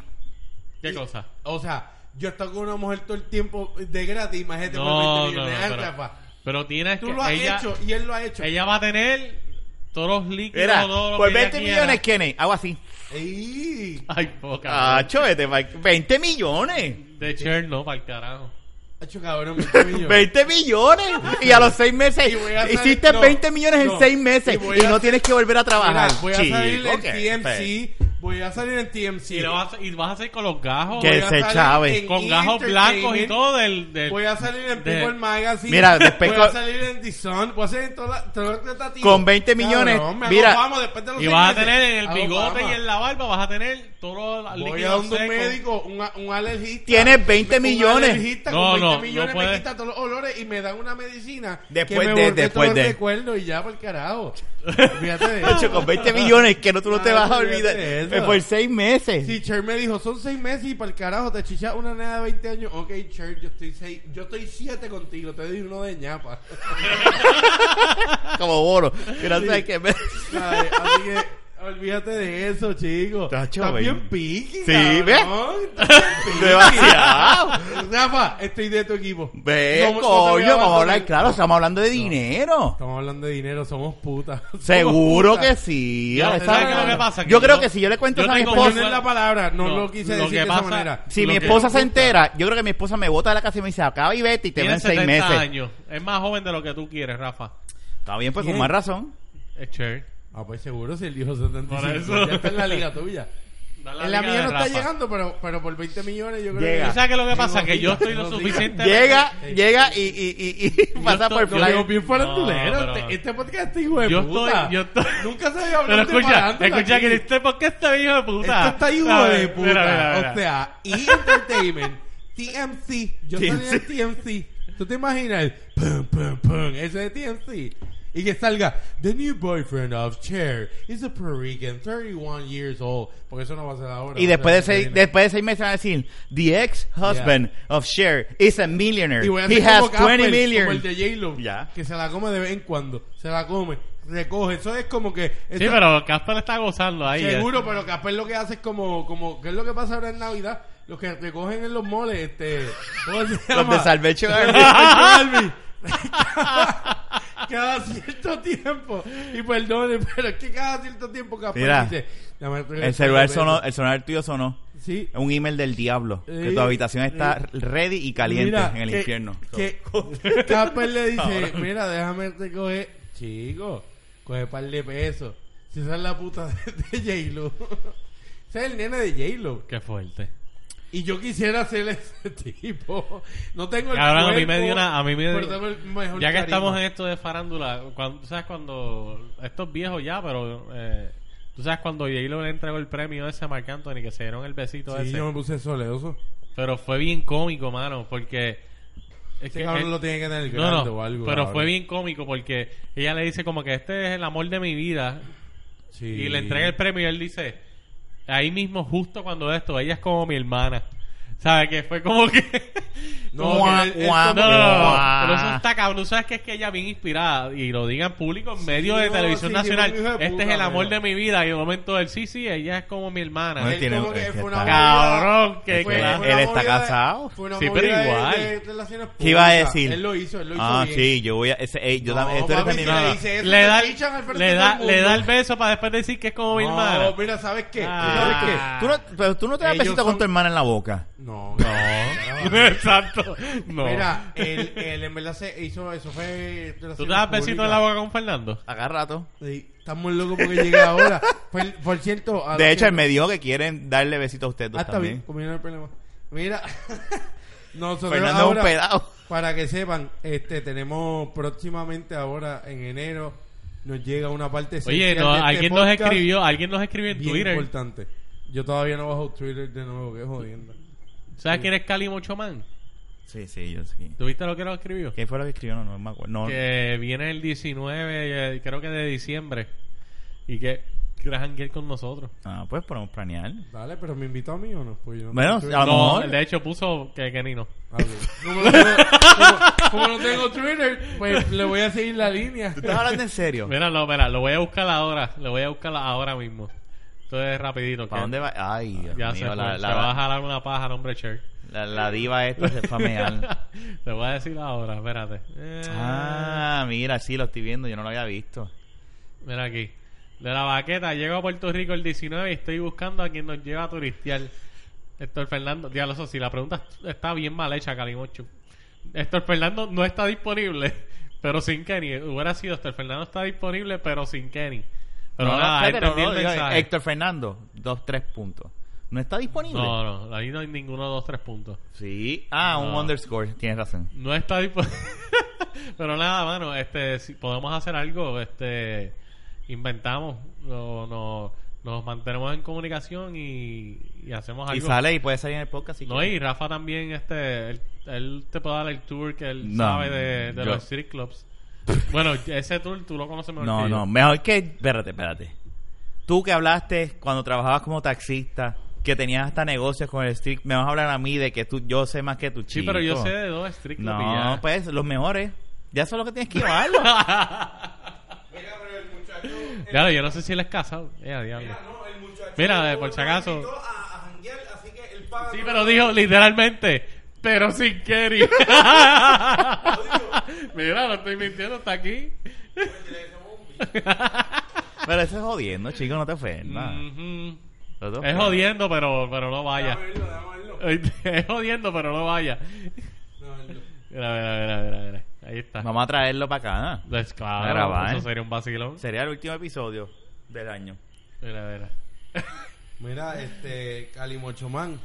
S2: ¿Qué cosa?
S3: O sea, yo he estado con una mujer todo el tiempo de gratis, imagínate
S2: No, no,
S3: por 20
S2: no,
S3: millones. Ay,
S2: pero,
S3: Rafa,
S2: pero tienes
S3: Tú
S2: que...
S3: lo has
S2: ella,
S3: hecho y él lo ha hecho.
S2: ella va a tener todos los líquidos,
S1: Mira,
S2: todo lo
S1: por
S2: que ella
S1: 20
S2: quiera.
S1: millones, Kenny. Hago así.
S3: Ey,
S2: Ay, poca.
S1: Ah, chovete, Mike. 20 millones.
S2: de Cher no, para el carajo.
S3: hacho,
S2: *laughs*
S3: cabrón, 20 millones.
S1: 20 millones. Y a los 6 meses.
S3: Y voy a salir-
S1: hiciste
S3: no,
S1: 20 millones
S3: no.
S1: en 6 meses.
S3: Y voy
S1: Y,
S3: a-
S1: no tienes que volver a
S3: Mira,
S1: trabajar.
S3: voy a salir
S1: Chico,
S3: en
S1: ¿qué?
S3: TMC. Voy a salir en TMC.
S2: Y, lo vas, y vas a salir con los gajos,
S1: ¿Qué?
S3: Voy
S1: Que
S3: a
S1: se
S3: salir
S1: chave.
S3: en
S2: con gajos blancos y
S3: Entertainment.
S2: todo del... del
S3: Voy a salir en
S2: de-
S3: People Magazine.
S1: Mira, después
S3: voy a
S1: con-
S3: salir en The Sun. Voy a salir en todas las.
S1: Con 20 millones, mira.
S3: Vamos después de los
S2: y
S3: seis
S2: vas a
S3: meses,
S2: tener en el
S3: hago
S2: bigote
S3: fama.
S2: y en la barba, vas a tener todos los
S3: Voy
S2: líquidos
S3: a donde un
S2: secos.
S3: médico, un, a- un alergista.
S1: Tienes 20 millones.
S3: Un alergista
S2: No,
S3: con 20
S2: no, no
S3: millones me
S2: puedes.
S3: quita todos los olores y me dan una medicina.
S1: Después
S3: que me
S1: de-
S3: borró
S1: después
S3: todos
S1: de.
S3: los recuerdos y ya, por
S2: *laughs*
S3: carajo. Fíjate de
S1: De hecho,
S3: eso.
S1: con 20 millones que no tú no te
S3: Ay,
S1: vas a
S3: olvídate
S1: olvidar.
S3: de eso.
S1: Eh, Por 6 meses.
S3: Si Cher me dijo, son seis meses y para el carajo te chichas una nena de 20 años. Ok, Cher, yo estoy seis, yo estoy siete contigo, te doy uno de ñapa.
S1: Como bolo. Pero tú sabes que me-
S3: ¿Sabes? Así que olvídate de eso, chicos.
S1: Tacho,
S3: Estás bien
S1: baby.
S3: piqui,
S1: Sí, ve.
S3: cabrón. Estás bien piqui.
S1: Demasiado.
S3: Rafa, estoy de tu equipo.
S1: Ve,
S3: No, no te voy
S1: coño, vamos
S3: a
S1: a hablar,
S3: abandonar.
S1: claro, estamos hablando de dinero.
S3: Estamos hablando de dinero, somos putas. *laughs* Somos
S1: Seguro
S3: putas.
S1: que sí.
S2: Yo,
S1: ahora
S2: ¿sabes
S1: está-
S2: qué es lo que pasa? Que
S1: Yo creo
S2: yo-
S1: que si yo le cuento
S2: yo
S1: eso a mi
S2: tengo
S1: esposa,
S3: Poner la palabra, no lo quise
S2: lo
S3: decir
S2: que
S3: de
S2: pasa-
S3: esa manera.
S1: si
S2: lo
S1: mi
S2: que
S1: esposa se
S2: gusta.
S1: entera, yo creo que mi esposa me bota de la casa y me dice, acaba y vete y te veo
S2: Tiene
S1: en 6
S2: 70
S1: meses.
S2: años. Es más joven de lo que tú quieres, Rafa.
S1: Está bien, pues con
S3: Bien.
S1: más razón.
S2: Es Cher.
S3: Ah, pues seguro si el hijo 75.
S2: Por eso.
S3: Ya está en la liga tuya.
S2: Dale
S3: En la
S2: liga
S3: mía
S2: de
S3: no está
S2: Rafa.
S3: llegando, pero, pero por 20 millones yo creo
S1: Llega.
S2: ¿Y
S3: que...
S2: sabes qué es lo que pasa?
S3: No
S2: Que yo
S3: digas,
S2: estoy lo
S3: no
S2: suficiente...
S1: Llega,
S3: Sí.
S1: llega y, y, y, y *laughs* pasa
S2: estoy-
S1: por
S2: yo
S3: Lo
S1: fly.
S3: digo bien farandulero.
S2: No, pero-
S3: este, este podcast está hijo de
S2: Yo
S3: puta.
S2: estoy- yo estoy-
S3: Nunca se había
S2: Pero
S3: hablado de
S2: escucha,
S3: farándula
S2: escucha
S3: aquí.
S2: que este ¿por qué este hijo de puta.
S3: Esto está hijo
S2: A
S3: de
S2: ver,
S3: puta.
S2: mira, mira, mira.
S3: O sea, E! *laughs* Entertainment, TMC, yo salí en TMC. ¿Tú te imaginas? el Pum, pum, pum, ese de TMC. Y que salga, The new boyfriend of Cher is a Puerto Rican, 31 years old. Porque eso no va a ser ahora.
S1: Y
S3: va a
S1: después de,
S3: ser
S1: seis,
S3: cuando viene.
S1: después de seis meses van a decir, the ex-husband of Cher is a millionaire.
S3: Y voy a
S1: He
S3: hacer
S1: has
S3: como Campbell,
S1: 20
S3: Como el
S1: million.
S3: de J-Lo.
S1: Ya.
S3: Que se la come de vez en cuando. Se la come, recoge. Eso es como que.
S2: Sí,
S3: eso-
S2: pero Casper está gozando ahí. eh.
S3: Seguro, pero Capel lo que hace es como, como, ¿qué es lo que pasa ahora en Navidad? los que recogen en los moles, este, ¿cómo
S1: *laughs*
S3: se
S1: Los
S3: llama?
S1: de
S3: *laughs*
S1: Salvecho
S3: Salvi. *laughs* cada cierto tiempo. Y perdone, pero es que cada cierto tiempo capaz
S1: Mira,
S3: dice, "Dame recoger
S1: El celular
S3: este
S1: sonó,
S3: papel".
S1: el celular tuyo sonó.
S3: Sí.
S1: Un email del diablo. Que
S3: Sí,
S1: tu habitación está ready y caliente
S3: Mira,
S1: en el
S3: que-
S1: infierno. *laughs*
S3: Que Casper le dice, mira, déjame recoger. Chico, coge par de pesos. Si esa es la puta de, de J-Lo. *laughs* Ese es el nene de J-Lo.
S2: Qué fuerte.
S3: Y yo quisiera ser ese *laughs* tipo. No tengo el
S2: Cabrón, a mí
S3: cuerpo,
S2: me dio una- a mí me dio-
S3: pero tengo el mejor
S2: Ya que
S3: carisma.
S2: estamos en esto de farándula, cuando, ¿sabes cuando... Estos viejos ya, pero... eh, Tú sabes cuando J-Lo le entregó el premio ese a Marc Anthony que se dieron el besito
S3: Sí,
S2: ese.
S3: yo me puse soleoso.
S2: Pero fue bien cómico, mano, porque... Es
S3: Ese
S2: que,
S3: cabrón
S2: eh,
S3: lo tiene que tener
S2: no,
S3: grande
S2: no,
S3: o algo.
S2: pero
S3: cabrón.
S2: fue bien cómico porque ella le dice como que este es el amor de mi vida
S3: Sí.
S2: y le entrega el premio y él dice, ahí mismo justo cuando esto, ella es como mi hermana. ¿Sabes? Que fue como que...
S3: *laughs* No, ah,
S2: como que-
S3: él- él
S2: no,
S1: guau,
S2: no, no,
S1: guau.
S2: pero eso está cabrón. Tú sabes que es que ella bien inspirada y lo diga en público en medio de
S3: no,
S2: televisión
S3: sí,
S2: nacional.
S3: sí, hijo de
S2: este
S3: puta,
S2: es el amor
S3: mira.
S2: de mi vida y en un momento él, sí, sí, ella es como mi hermana.
S1: Bueno,
S3: Él
S1: tiene-
S3: como que
S1: es que
S3: fue una
S1: está-
S3: movida-
S2: Cabrón, que
S1: Él-
S2: claro.
S1: él
S3: una
S1: está
S3: movida de-
S1: casado.
S3: fue una
S2: Sí, pero
S3: movida de-
S2: igual.
S3: de relaciones
S1: ¿Qué iba a
S3: públicas.
S1: decir?
S3: Él lo hizo, él lo hizo
S1: ah,
S3: bien.
S1: sí, yo voy a. Ese, eh, yo
S3: No,
S1: también. esto era
S3: papi,
S1: mi-
S3: si
S1: no,
S3: le
S1: no.
S3: dice eso,
S2: le
S3: te
S2: da,
S3: fichan al frente
S2: le
S3: de
S2: da,
S3: todo el
S2: le da
S3: mundo.
S2: el beso para después decir que es como mi hermana.
S3: No, mira, ¿sabes qué?
S2: Ah.
S3: ¿Sabes qué?
S1: Tú no, pero tú no te das
S3: Ellos
S1: besito
S3: son-
S1: con tu hermana en la boca.
S3: No, no.
S2: Exacto. *laughs* No.
S3: Mira, él, él en verdad se hizo eso, fue...
S2: ¿Tú te das besito en la boca con Fernando?
S1: Acá rato.
S3: Sí, estamos locos porque llega ahora. Por, por cierto... a los
S1: De hecho,
S3: que-
S1: él me dijo que quieren darle besito a ustedes dos
S3: Ah, está bien,
S1: también.
S3: conmigo no hay problema. Mira, *laughs* nosotros
S1: Fernando es un
S3: ahora,
S1: pedazo.
S3: para que sepan, este, tenemos próximamente ahora, en enero, nos llega una parte...
S2: Oye,
S3: esencial
S2: no,
S3: de este
S2: alguien nos
S3: podcast
S2: escribió, alguien nos escribió en
S3: bien
S2: Twitter.
S3: importante. Yo todavía no bajo Twitter de nuevo, que jodiendo.
S2: ¿Sabes quién es Cali Mochoman?
S1: Sí, sí, yo sé. quién.
S2: ¿Tuviste lo que nos escribió?
S1: ¿Quién fue lo que escribió? No, no me acuerdo. No,
S2: Que viene el 19, eh, creo que de diciembre. Y que quiere janguear con nosotros.
S1: Ah, pues podemos planear.
S3: Dale, pero ¿me invitó a mí o no? Pues yo no
S1: Bueno,
S3: tengo Twitter.
S1: a lo
S2: No,
S1: mejor.
S2: de hecho puso que Kenny no.
S3: Ah, ok. Como, no tengo, como- como no tengo Twitter, pues le voy a seguir la línea.
S1: ¿Tú estás hablando en serio?
S2: Mira, no, mira, lo voy a buscar ahora. Lo voy a buscar ahora mismo. Entonces, rapidito.
S1: ¿Para
S2: que-
S1: dónde va? Ay, Dios
S2: Ya
S1: mío,
S2: se, fue,
S1: la,
S2: se va a
S1: la,
S2: jalar una paja al hombre Cher. *laughs*
S1: la- la diva esta se fue a mear.
S2: Te voy a decir ahora, espérate. Eh,
S1: Ah, mira, sí, lo estoy viendo. Yo no lo había visto.
S2: Mira aquí. De la baqueta, llego a Puerto Rico el 19 y estoy buscando a quien nos lleva a turistear. Héctor Fernando, diablo, eso sí, la pregunta está bien mal hecha, Calimocho. Héctor Fernando no está disponible, *laughs* pero sin Kenny. Hubiera sido Héctor Fernando está disponible, pero sin Kenny. Pero
S1: No, no,
S2: nada,
S1: espérate,
S2: entendí
S1: no,
S2: el
S1: no, diga,
S2: mensaje.
S1: Héctor Fernando, dos, tres puntos. ¿No está disponible?
S2: No, no, ahí no hay ninguno de los tres puntos.
S1: Sí. Ah, un
S2: No.
S1: underscore. Tienes razón.
S2: No está disponible. *laughs* Pero nada, mano, este, si podemos hacer algo, este, inventamos, no, no- nos mantenemos en comunicación y, y hacemos
S1: Y
S2: algo.
S1: sale y puede salir en el podcast. Si
S2: No,
S1: quieres.
S2: y Rafa también, este, él, él te puede dar el tour que él
S1: No,
S2: sabe de, de
S1: yo-
S2: los street clubs. bueno, ese tour tú lo conoces mejor
S1: no,
S2: que yo.
S1: no, mejor que... Espérate, espérate. Tú que hablaste cuando trabajabas como taxista, que tenías hasta negocios con el street, me vas a hablar a mí de que tú, yo sé más que tu
S2: Sí,
S1: chico.
S2: pero yo sé de dos street clubs y
S1: No,
S2: ya.
S1: pues, los mejores. Ya eso es lo que tienes que llevarlo.
S3: Mira, pero el muchacho...
S2: *laughs* Diablo, yo no sé si él es casado. Ya, diablo.
S3: no, el muchacho...
S2: Mira, eh, por si acaso. invitó
S3: A, janguear, así que el paga...
S2: Sí, pero dijo literalmente, pero sin
S3: *laughs*
S2: querer. Mira, no estoy mintiendo, está aquí.
S1: pero eso es jodiendo, chico, no te ofendas.
S2: Ujú.
S1: No te
S2: Mm, Es
S1: ofendas.
S2: jodiendo, pero, pero no vaya. *laughs* Es jodiendo, pero no vaya. Mira, mira, mira, mira, mira. Ahí está.
S1: Vamos a traerlo para acá. ¿no?
S2: Pues claro,
S1: A grabar.
S2: eso sería un vacilón.
S1: Sería el último episodio del año.
S2: Mira, mira.
S3: Mira, este,
S2: *laughs*
S3: Calimochomán.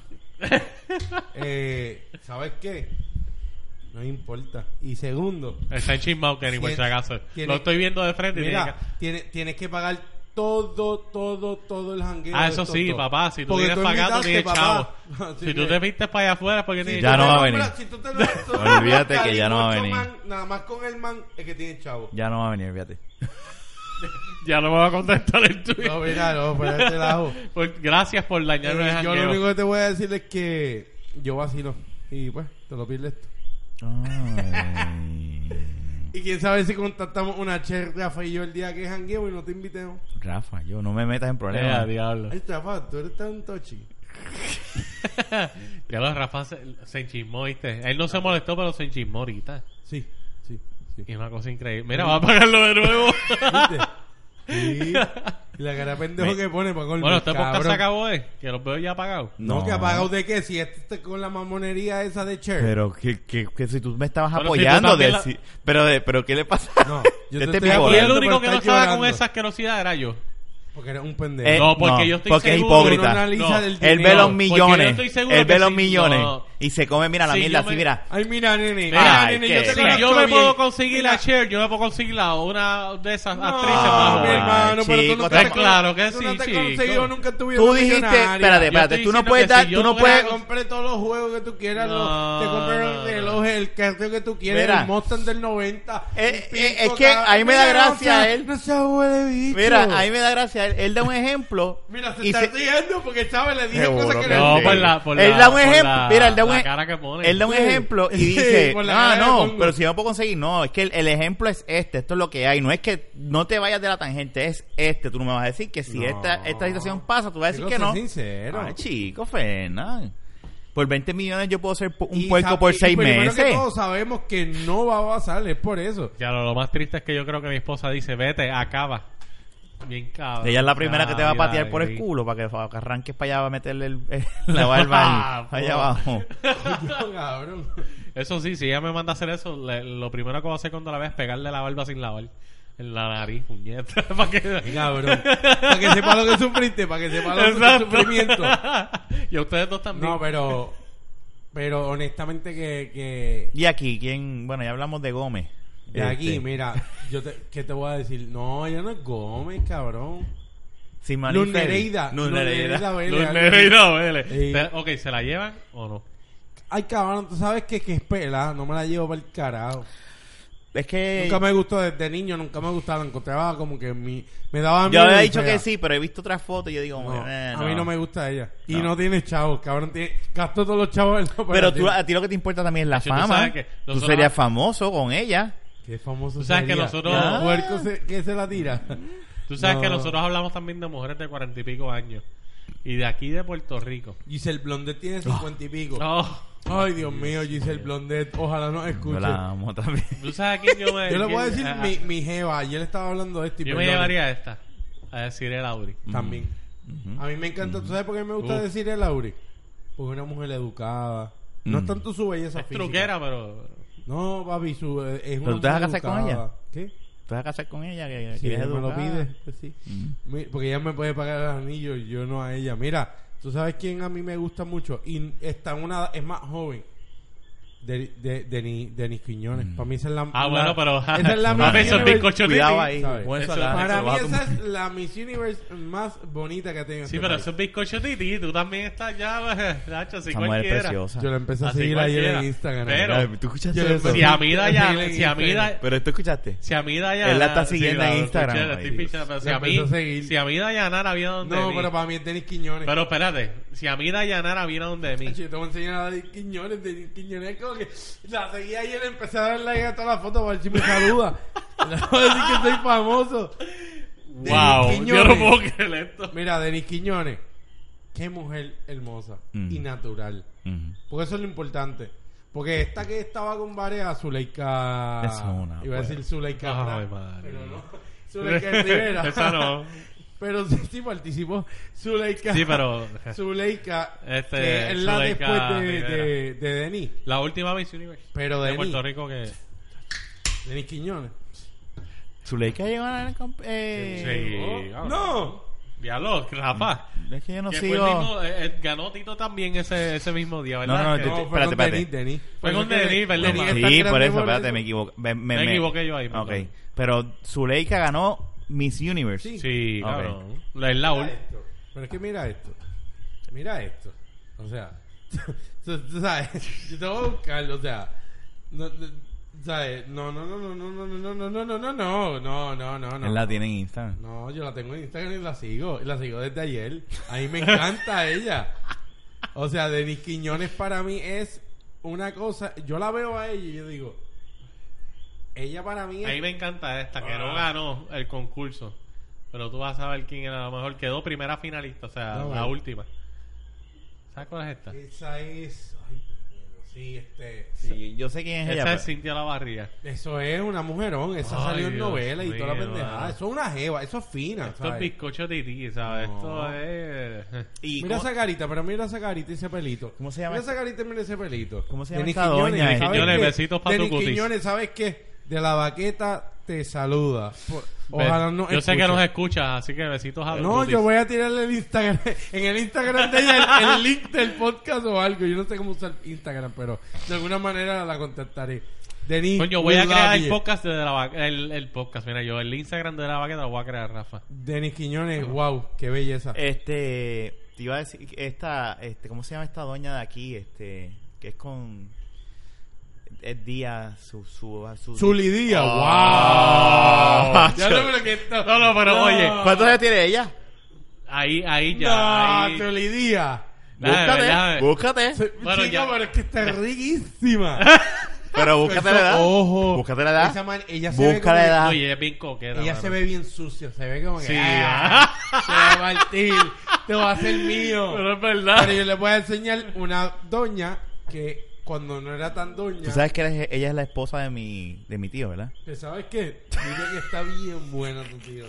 S3: eh, ¿Sabes qué? No importa. Y segundo,
S2: Está enchismado Kenny, por
S3: ¿Quién-
S2: si acaso.
S3: quién-
S2: Lo estoy viendo de frente. y tiene
S3: mira,
S2: que-
S3: tiene- tienes que pagar todo, todo, todo el jangueo.
S2: Ah,
S3: de
S2: eso
S3: estos
S2: sí,
S3: dos.
S2: papá. Si tú
S3: Porque
S2: vienes pagando,
S3: invitaste,
S2: tienes chavo.
S3: papá. *laughs* Así
S2: Si tú
S3: que-
S2: te viste para allá afuera, porque
S3: si
S2: tienes
S3: tú
S1: Ya
S3: te
S1: no va a
S3: nombras-
S1: venir.
S3: si tú
S2: *laughs*
S3: te nombras-
S1: Olvídate que ya no va a
S3: Calimocho
S1: venir.
S3: Man, nada más con el man es que
S2: *laughs*
S3: tiene chavo.
S1: Ya no va a venir, fíjate.
S2: Ya no me va a contestar el tuyo.
S3: No, mira, no, por este lado.
S2: Por- gracias por dañarme el
S3: Eh, yo
S2: jangueo.
S3: lo único que te voy a decir es que yo vacilo. Y pues, te lo pierdes tú.
S1: Ay,
S3: Y quién sabe si contactamos una Cher, Rafa y yo el día que jangueo y no te invitemos.
S1: Rafa, yo no me metas en
S2: Eh, a
S1: problemas.
S2: diablo.
S3: Ay, Rafa, tú eres tan tochi.
S2: Ya los Rafa se, se enchismó, ¿viste? Él no se molestó, pero se enchismó ahorita.
S3: Sí, sí, sí.
S2: Y es una cosa increíble. Mira, va a apagarlo de
S3: *laughs*
S2: nuevo. *laughs*
S3: ¿Viste? Sí. Y la cara de pendejo que pone para colmo,
S2: bueno, este podcast se
S3: cabrón.
S2: acabó, ¿eh? Que los veo ya apagados.
S3: No,
S1: No.
S3: que apagado de qué, si este está con la mamonería esa de Cher.
S1: Pero que, que, que si tú me estabas
S2: Pero si tú
S1: apoyando,
S2: también
S1: de,
S2: la-
S1: si- pero de, pero ¿qué le pasa?
S3: No, yo
S1: Yo
S3: te
S1: te
S3: estoy
S1: pido
S2: Y
S1: Por
S2: el
S1: eso,
S2: único que no estaba
S3: llorando.
S2: con esa asquerosidad era yo.
S3: Porque eres un pendejo.
S1: Eh,
S2: No, porque yo estoy
S1: porque
S2: seguro,
S1: es
S3: Uno
S1: hipócrita.
S3: analiza
S2: No,
S3: el
S1: Él
S3: dinero.
S1: ve los
S2: porque yo
S1: millones.
S2: estoy seguro
S1: Él
S2: que
S1: ve los
S2: sí,
S1: millones.
S2: no.
S1: Y se come, mira, la
S2: Sí,
S1: mierda
S2: yo
S1: así,
S2: me-
S1: mira.
S3: Ay, mira, nene.
S2: Mira,
S3: Mira, nene, yo
S1: qué-
S3: te
S1: sí,
S2: Si
S3: conozco
S2: yo me
S3: bien.
S2: puedo conseguir la
S3: Mira,
S2: Cher, yo me puedo conseguir la una de esas actrices
S3: No,
S2: más
S3: mi
S1: Ay,
S2: buenas.
S3: hermano, pero tú
S1: chico,
S3: no
S1: está
S3: te
S2: claro que
S3: tú no
S2: sí,
S3: te has
S2: chico.
S3: conseguido nunca en tu vida
S1: Tú
S3: una
S1: dijiste,
S3: millonaria.
S1: espérate, espérate,
S2: estoy
S1: tú no
S2: diciendo
S1: puedes
S2: que
S1: dar,
S2: si yo
S1: tú no
S2: no
S1: puedes,
S3: Te compré todos los juegos que tú quieras,
S2: No,
S3: los- te compré
S2: no, no.
S3: el reloj, el carro que tú quieras,
S1: Mira.
S3: el Mustang del 90.
S1: Eh,
S3: un
S1: eh,
S3: pico,
S1: es que
S3: cabrón.
S1: ahí me da
S3: Mira,
S1: gracia
S3: no sea-
S1: él.
S3: No se huele bicho.
S1: mira, ahí me da gracia, él, él da un ejemplo
S3: Mira, se
S1: y
S3: está
S1: se-
S3: riendo porque sabe, le dije
S1: Seguro
S3: cosas que
S1: que
S3: le-
S2: No,
S1: Sí.
S2: por la, por
S1: Él
S2: la,
S1: da un
S2: por
S1: ejemplo.
S2: la-
S1: Mira, él da un
S2: la
S1: e-
S2: cara que pone.
S1: Él da un
S3: Sí.
S1: ejemplo y
S3: *laughs* Sí,
S1: dice,
S3: por la
S1: ah,
S3: cara de
S1: no,
S3: Pongo".
S1: pero si yo no puedo conseguir, no, es que el, el ejemplo es este, esto es lo que hay, no es que no te vayas de la tangente, es este, tú no me vas a decir que si
S3: No.
S1: esta, esta situación pasa, tú vas a decir
S3: Chico,
S1: que
S3: sé
S1: no.
S3: sincero.
S1: Ay, chico, Fernan. Por 20 millones yo puedo ser pu-
S3: Y
S1: un puerco
S3: sa-
S1: por
S3: y
S1: 6
S3: primero Que
S1: meses.
S3: todos sabemos que no va a pasar, es
S1: *laughs*
S3: por eso.
S2: Ya lo, lo más triste es que yo creo que mi esposa dice, vete, acaba. Bien cabrón.
S1: Ella es la primera que te va a
S2: Navidad,
S1: patear por el
S2: baby.
S1: culo para que, para que arranques para allá a meterle el- *laughs* el- la barba
S2: *laughs* Ah,
S1: allá
S2: po.
S1: abajo.
S3: Coño, cabrón.
S2: Eso sí, si ella me manda a hacer eso, le- lo primero que voy a hacer cuando la vea es pegarle la barba sin lavar. En la nariz, puñeta. *laughs* para que-
S3: Cabrón. Para que sepa lo que sufriste, para que sepa lo que
S2: Exacto.
S1: *laughs*
S3: sufrimiento.
S2: *laughs* y a ustedes dos también.
S3: No, pero. Pero honestamente que. que
S1: Y aquí, ¿quién? Bueno, ya hablamos de Gómez.
S3: de aquí,
S1: Este,
S3: mira, yo te, ¿qué te voy a decir? No, ya no es Gómez, cabrón.
S1: Sin Manuel
S3: Luz
S1: Ferri.
S3: Nereida.
S1: Luz Nereida.
S3: Vélez,
S2: Luz
S3: algo así.
S2: Nereida Vélez.
S3: Sí.
S2: Te- Ok, ¿se la llevan o no?
S3: Ay, cabrón, tú sabes que, que es pelada, no me la llevo para el carajo.
S1: Es que...
S3: Nunca me gustó desde niño, nunca me gustaba, la encontraba como que mi, me daba
S1: Yo
S3: miedo
S1: había
S3: y
S1: dicho
S3: fea.
S1: que sí, pero he visto otras fotos y yo digo,
S3: No,
S1: eh,
S3: A mí no me gusta ella. Y
S1: No.
S3: no tiene chavos, cabrón. Tiene, gastó todos los chavos en la
S1: Pero tú,
S3: operación.
S1: a ti lo que te importa también es la
S2: hecho, tú
S1: fama.
S2: sabes que
S1: Tú,
S2: nosotros-
S1: serías famoso con ella.
S3: Qué famoso
S2: Tú sabes que
S3: sería.
S2: nosotros-
S1: Ah.
S3: Ya, puerco se- que se la tira.
S2: Tú sabes
S3: No.
S2: que nosotros hablamos también de mujeres de cuarenta y pico años. Y de aquí de Puerto Rico.
S3: Giselle Blondet tiene cincuenta y pico.
S2: No.
S3: Ay, Dios mío, Giselle Blondet. Ojalá nos escuche.
S1: Yo la amo también. *laughs*
S2: ¿Tú sabes a quién yo me...
S3: Yo le voy a decir
S2: quién-
S3: mi, mi jeva. Ayer estaba hablando de esto y
S2: Yo me
S3: perdón. Mm.
S2: llevaría a esta. A decir el Auri.
S3: También. A mí me encanta. ¿Tú sabes por qué me gusta
S2: Uf.
S3: decir el Auri? Porque es una mujer educada. No es tanto su belleza
S2: Mm. Es
S3: física.
S2: truquera, pero...
S3: No, papi, su, eh, es una
S1: ¿Pero tú te vas a casar
S3: mujer
S1: con
S3: educada.
S1: ella?
S3: ¿Qué?
S1: ¿Te vas a casar con ella? Que, Mm. que
S3: Si
S1: eres
S3: ella me lo
S1: educada.
S3: pide, pues sí. Mi- Porque ella me puede pagar el anillo y yo no a ella. Mira, tú sabes quién a mí me gusta mucho. Y está en una edad- es más joven. De, de, Denis, Denis Quiñones. Para mí esa es la.
S2: Ah,
S3: la-
S2: bueno, pero...
S3: Esa
S2: *laughs*
S3: es la
S2: Mami,
S3: misión
S2: esos
S3: univer-
S2: bizcochos
S1: Cuidado
S2: Lili.
S1: ahí.
S3: ¿sabes?
S1: Buen
S2: Eso-
S1: salaje,
S3: Para
S1: se
S3: mí
S1: va a
S3: esa
S1: tumbar.
S3: es la Miss Universe más bonita que ha tenido.
S2: Sí,
S3: este
S2: pero
S3: país.
S2: esos bizcochos titi, tú también estás ya, *laughs* Nacho, si
S1: Esa mujer es
S2: cualquiera.
S1: preciosa.
S3: Yo la empecé a
S2: Así
S3: seguir ayer
S2: cualquiera.
S3: en Instagram.
S2: Pero-
S1: Ay, ¿Tú escuchaste
S3: Yo le
S1: eso?
S2: Si a
S3: *laughs*
S2: mí da ya, si a mí da-
S1: Pero tú escuchaste.
S2: Si a mí Dayanara...
S1: Él la está
S2: sí,
S1: siguiendo
S2: la-
S1: en
S2: la
S1: Instagram.
S2: escuché, la
S1: Ay,
S2: estoy
S1: Dios.
S2: pichando, pero si
S3: La
S2: a
S3: empezó a
S2: mí...
S3: seguir.
S2: Si a mí Dayanara viene donde
S3: No,
S2: mí.
S3: pero para mí es Denis Quiñones.
S2: Pero espérate, si a mí Dayanara viene donde mí.
S3: Yo te voy a enseñar a Denis Quiñones. Denis Quiñones es como que la seguí ayer, empecé a dar like a todas las fotos para ver si
S1: *laughs*
S3: me saluda. Le voy a decir que soy famoso.
S2: Wow, yo
S3: Quiñones.
S2: no puedo creer esto.
S3: Mira, Denis Quiñones, qué mujer hermosa
S1: Mm.
S3: y natural.
S1: Ujú.
S3: Porque eso es lo importante. Porque esta que estaba con Varea, Zuleika.
S1: Es una,
S3: Iba a
S1: pues.
S3: decir Zuleika.
S2: Ay,
S3: Fra-
S2: madre.
S3: pero no. Zuleika Rivera.
S2: *laughs* Esa no.
S3: Pero sí, sí participó. Zuleika.
S2: Sí,
S3: *laughs*
S2: pero
S3: Zuleika.
S2: Este,
S3: que es la
S2: Zuleika
S3: después de,
S2: Rivera.
S3: de, de Denis.
S2: la última Miss Universe
S3: Pero
S2: de
S3: Denis.
S2: Puerto Rico que
S3: Denis Quiñones.
S1: Zuleika llegó a ganar el camp- eh,
S2: Sí.
S3: Oh, ¡No!
S2: Diablo, Rafa.
S1: Es que yo no
S2: que fue el
S1: sigo.
S2: mismo, eh, eh, ganó Tito también ese, ese mismo día, ¿verdad?
S1: No, no,
S2: Que-
S1: te-
S3: No,
S1: espérate,
S3: fue con
S1: espérate.
S3: Denis, Denis.
S2: Fue con
S3: que
S2: Denis, perdón,
S3: Denis
S2: ma.
S3: es tan
S1: Sí, por
S3: grande
S1: eso, espérate, me equivoqué. Me, me-
S2: Me
S1: me-
S2: equivoqué yo ahí, perdón.
S1: Ok. Pero Zuleika ganó Miss Universe.
S3: Sí.
S2: Sí,
S1: Ok.
S2: cabrón. La, es la
S3: Mira
S2: ul-
S3: esto. Pero es que mira esto. Mira esto. O sea, tú, tú sabes, yo te voy a buscar, o sea, no, no, ¿sabes? No, no, no, no, no, no, no, no, no, no, no, no, no, no, no, no.
S1: Él la tiene en Instagram.
S3: No, yo la tengo en Instagram y la sigo, y la sigo desde ayer. A mí
S2: *laughs*
S3: me encanta ella. O sea, Denis Quiñones para mí es una cosa, yo la veo a ella y yo digo, ella para mí es
S2: Ahí me encanta esta, que
S3: Ah.
S2: no ganó el concurso. Pero tú vas a saber quién era la mejor. Quedó primera finalista, o sea,
S3: No,
S2: la
S3: bueno.
S2: última. ¿Sabes cuál es esta?
S3: Esa es. Ay, puñero, sí, este.
S1: Sí, yo sé quién es ella. pues.
S2: Esa es
S1: pero-
S2: Cintia la barriga.
S3: Eso es una mujerón. Esa
S2: Ay,
S3: salió en
S2: Dios
S3: novelas y toda la
S2: mío,
S3: pendejada.
S2: mano.
S3: Eso es una jeva. Eso es fina.
S2: Esto es
S3: ¿sabes?
S2: bizcocho tití, ¿sabes?
S3: No.
S2: Esto es...
S1: ¿Y
S3: Mira
S1: cómo-
S3: esa carita, pero mira esa carita y ese pelito.
S1: ¿Cómo se llama
S3: Mira
S1: esa-
S3: esa carita y mira ese pelito.
S1: ¿Cómo se llama
S3: Denis
S1: esta doña?
S3: Quiñones,
S1: Denis
S3: ¿sabes
S2: Quiñones,
S3: qué?
S2: besitos pa' tu
S3: Denis
S2: cutis.
S3: Quiñones, ¿sabes qué? De la baqueta te saluda. Por- Ojalá no
S2: Yo sé que
S3: escuche.
S2: nos escuchas, así que besitos a los
S3: No,
S2: cutis.
S3: yo voy a tirarle el Instagram. *laughs* En el Instagram de ella el, el link del podcast o algo. Yo no sé cómo usar Instagram, pero de alguna manera la contactaré. Denis,
S2: Coño, voy a
S3: we love
S2: crear el
S3: you.
S2: podcast de la vaqueta. El, el podcast, mira, yo el Instagram de la vaqueta lo voy a crear, Rafa.
S3: Denis Quiñones, wow, qué belleza.
S2: Eh,
S1: Este, te iba a decir, esta, este, ¿cómo se llama esta doña de aquí? Este, que es con es Díaz, su, su, su- Oh.
S3: Zulidía,
S1: Ah, *laughs*
S2: *laughs*
S3: wow.
S1: macho.
S3: Ya no creo que esto-
S2: Oh. No, no, pero oye.
S1: ¿Cuántos años tiene ella?
S2: Ahí, ahí ya.
S3: No,
S2: ahí.
S3: Zulidía.
S2: Dame,
S1: búscate,
S2: dame.
S1: búscate.
S3: Se-
S2: Bueno,
S3: chico,
S2: ya.
S3: pero es que
S2: *laughs*
S3: está riquísima.
S1: Pero búscate la
S3: Eso,
S1: edad.
S3: Ojo.
S1: Búscate la edad.
S3: Esa man- ella se ve
S1: Busca
S3: como
S1: la
S3: que-
S1: edad.
S2: Oye, es bien coqueta.
S3: Ella
S2: mano.
S3: se ve bien sucia, se ve como que.
S2: Sí,
S3: "Ah, te va a partir, te va a hacer mío.
S2: *laughs* Pero es
S3: Pero
S2: verdad.
S3: yo les voy a enseñar una doña que cuando no era tan doña.
S1: Tú sabes que ella es- ella es la esposa de mi, de mi tío, ¿verdad?
S3: que ¿sabes qué? Dile que está bien buena tu tío.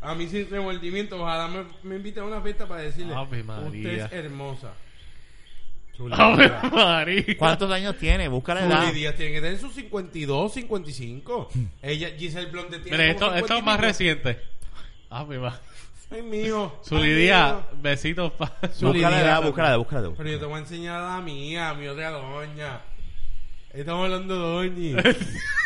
S3: A mí sin remordimiento, ojalá me, me invite a una fiesta para decirle.
S2: Ave
S3: Usted
S2: María.
S3: es hermosa. Chulita.
S2: Ave María.
S1: ¿Cuántos años tiene? Busca la edad.
S3: Julie Díaz tiene que tener sus 52, 55. Ella, Giselle Blonde tiene.
S2: Mira,
S3: como
S2: esto, esto es más
S3: 50 y
S2: reciente. Ave María.
S3: pico. Ay, mío. Ay,
S2: Zulidia,
S3: mío.
S2: besitos pa...
S3: Zuli-
S1: Busca la
S3: Zulidía.
S1: edad, busca la edad, busca la edad.
S3: Pero yo te voy a enseñar a la mía, a mi otra doña. Estamos hablando de
S1: *laughs*
S3: doña.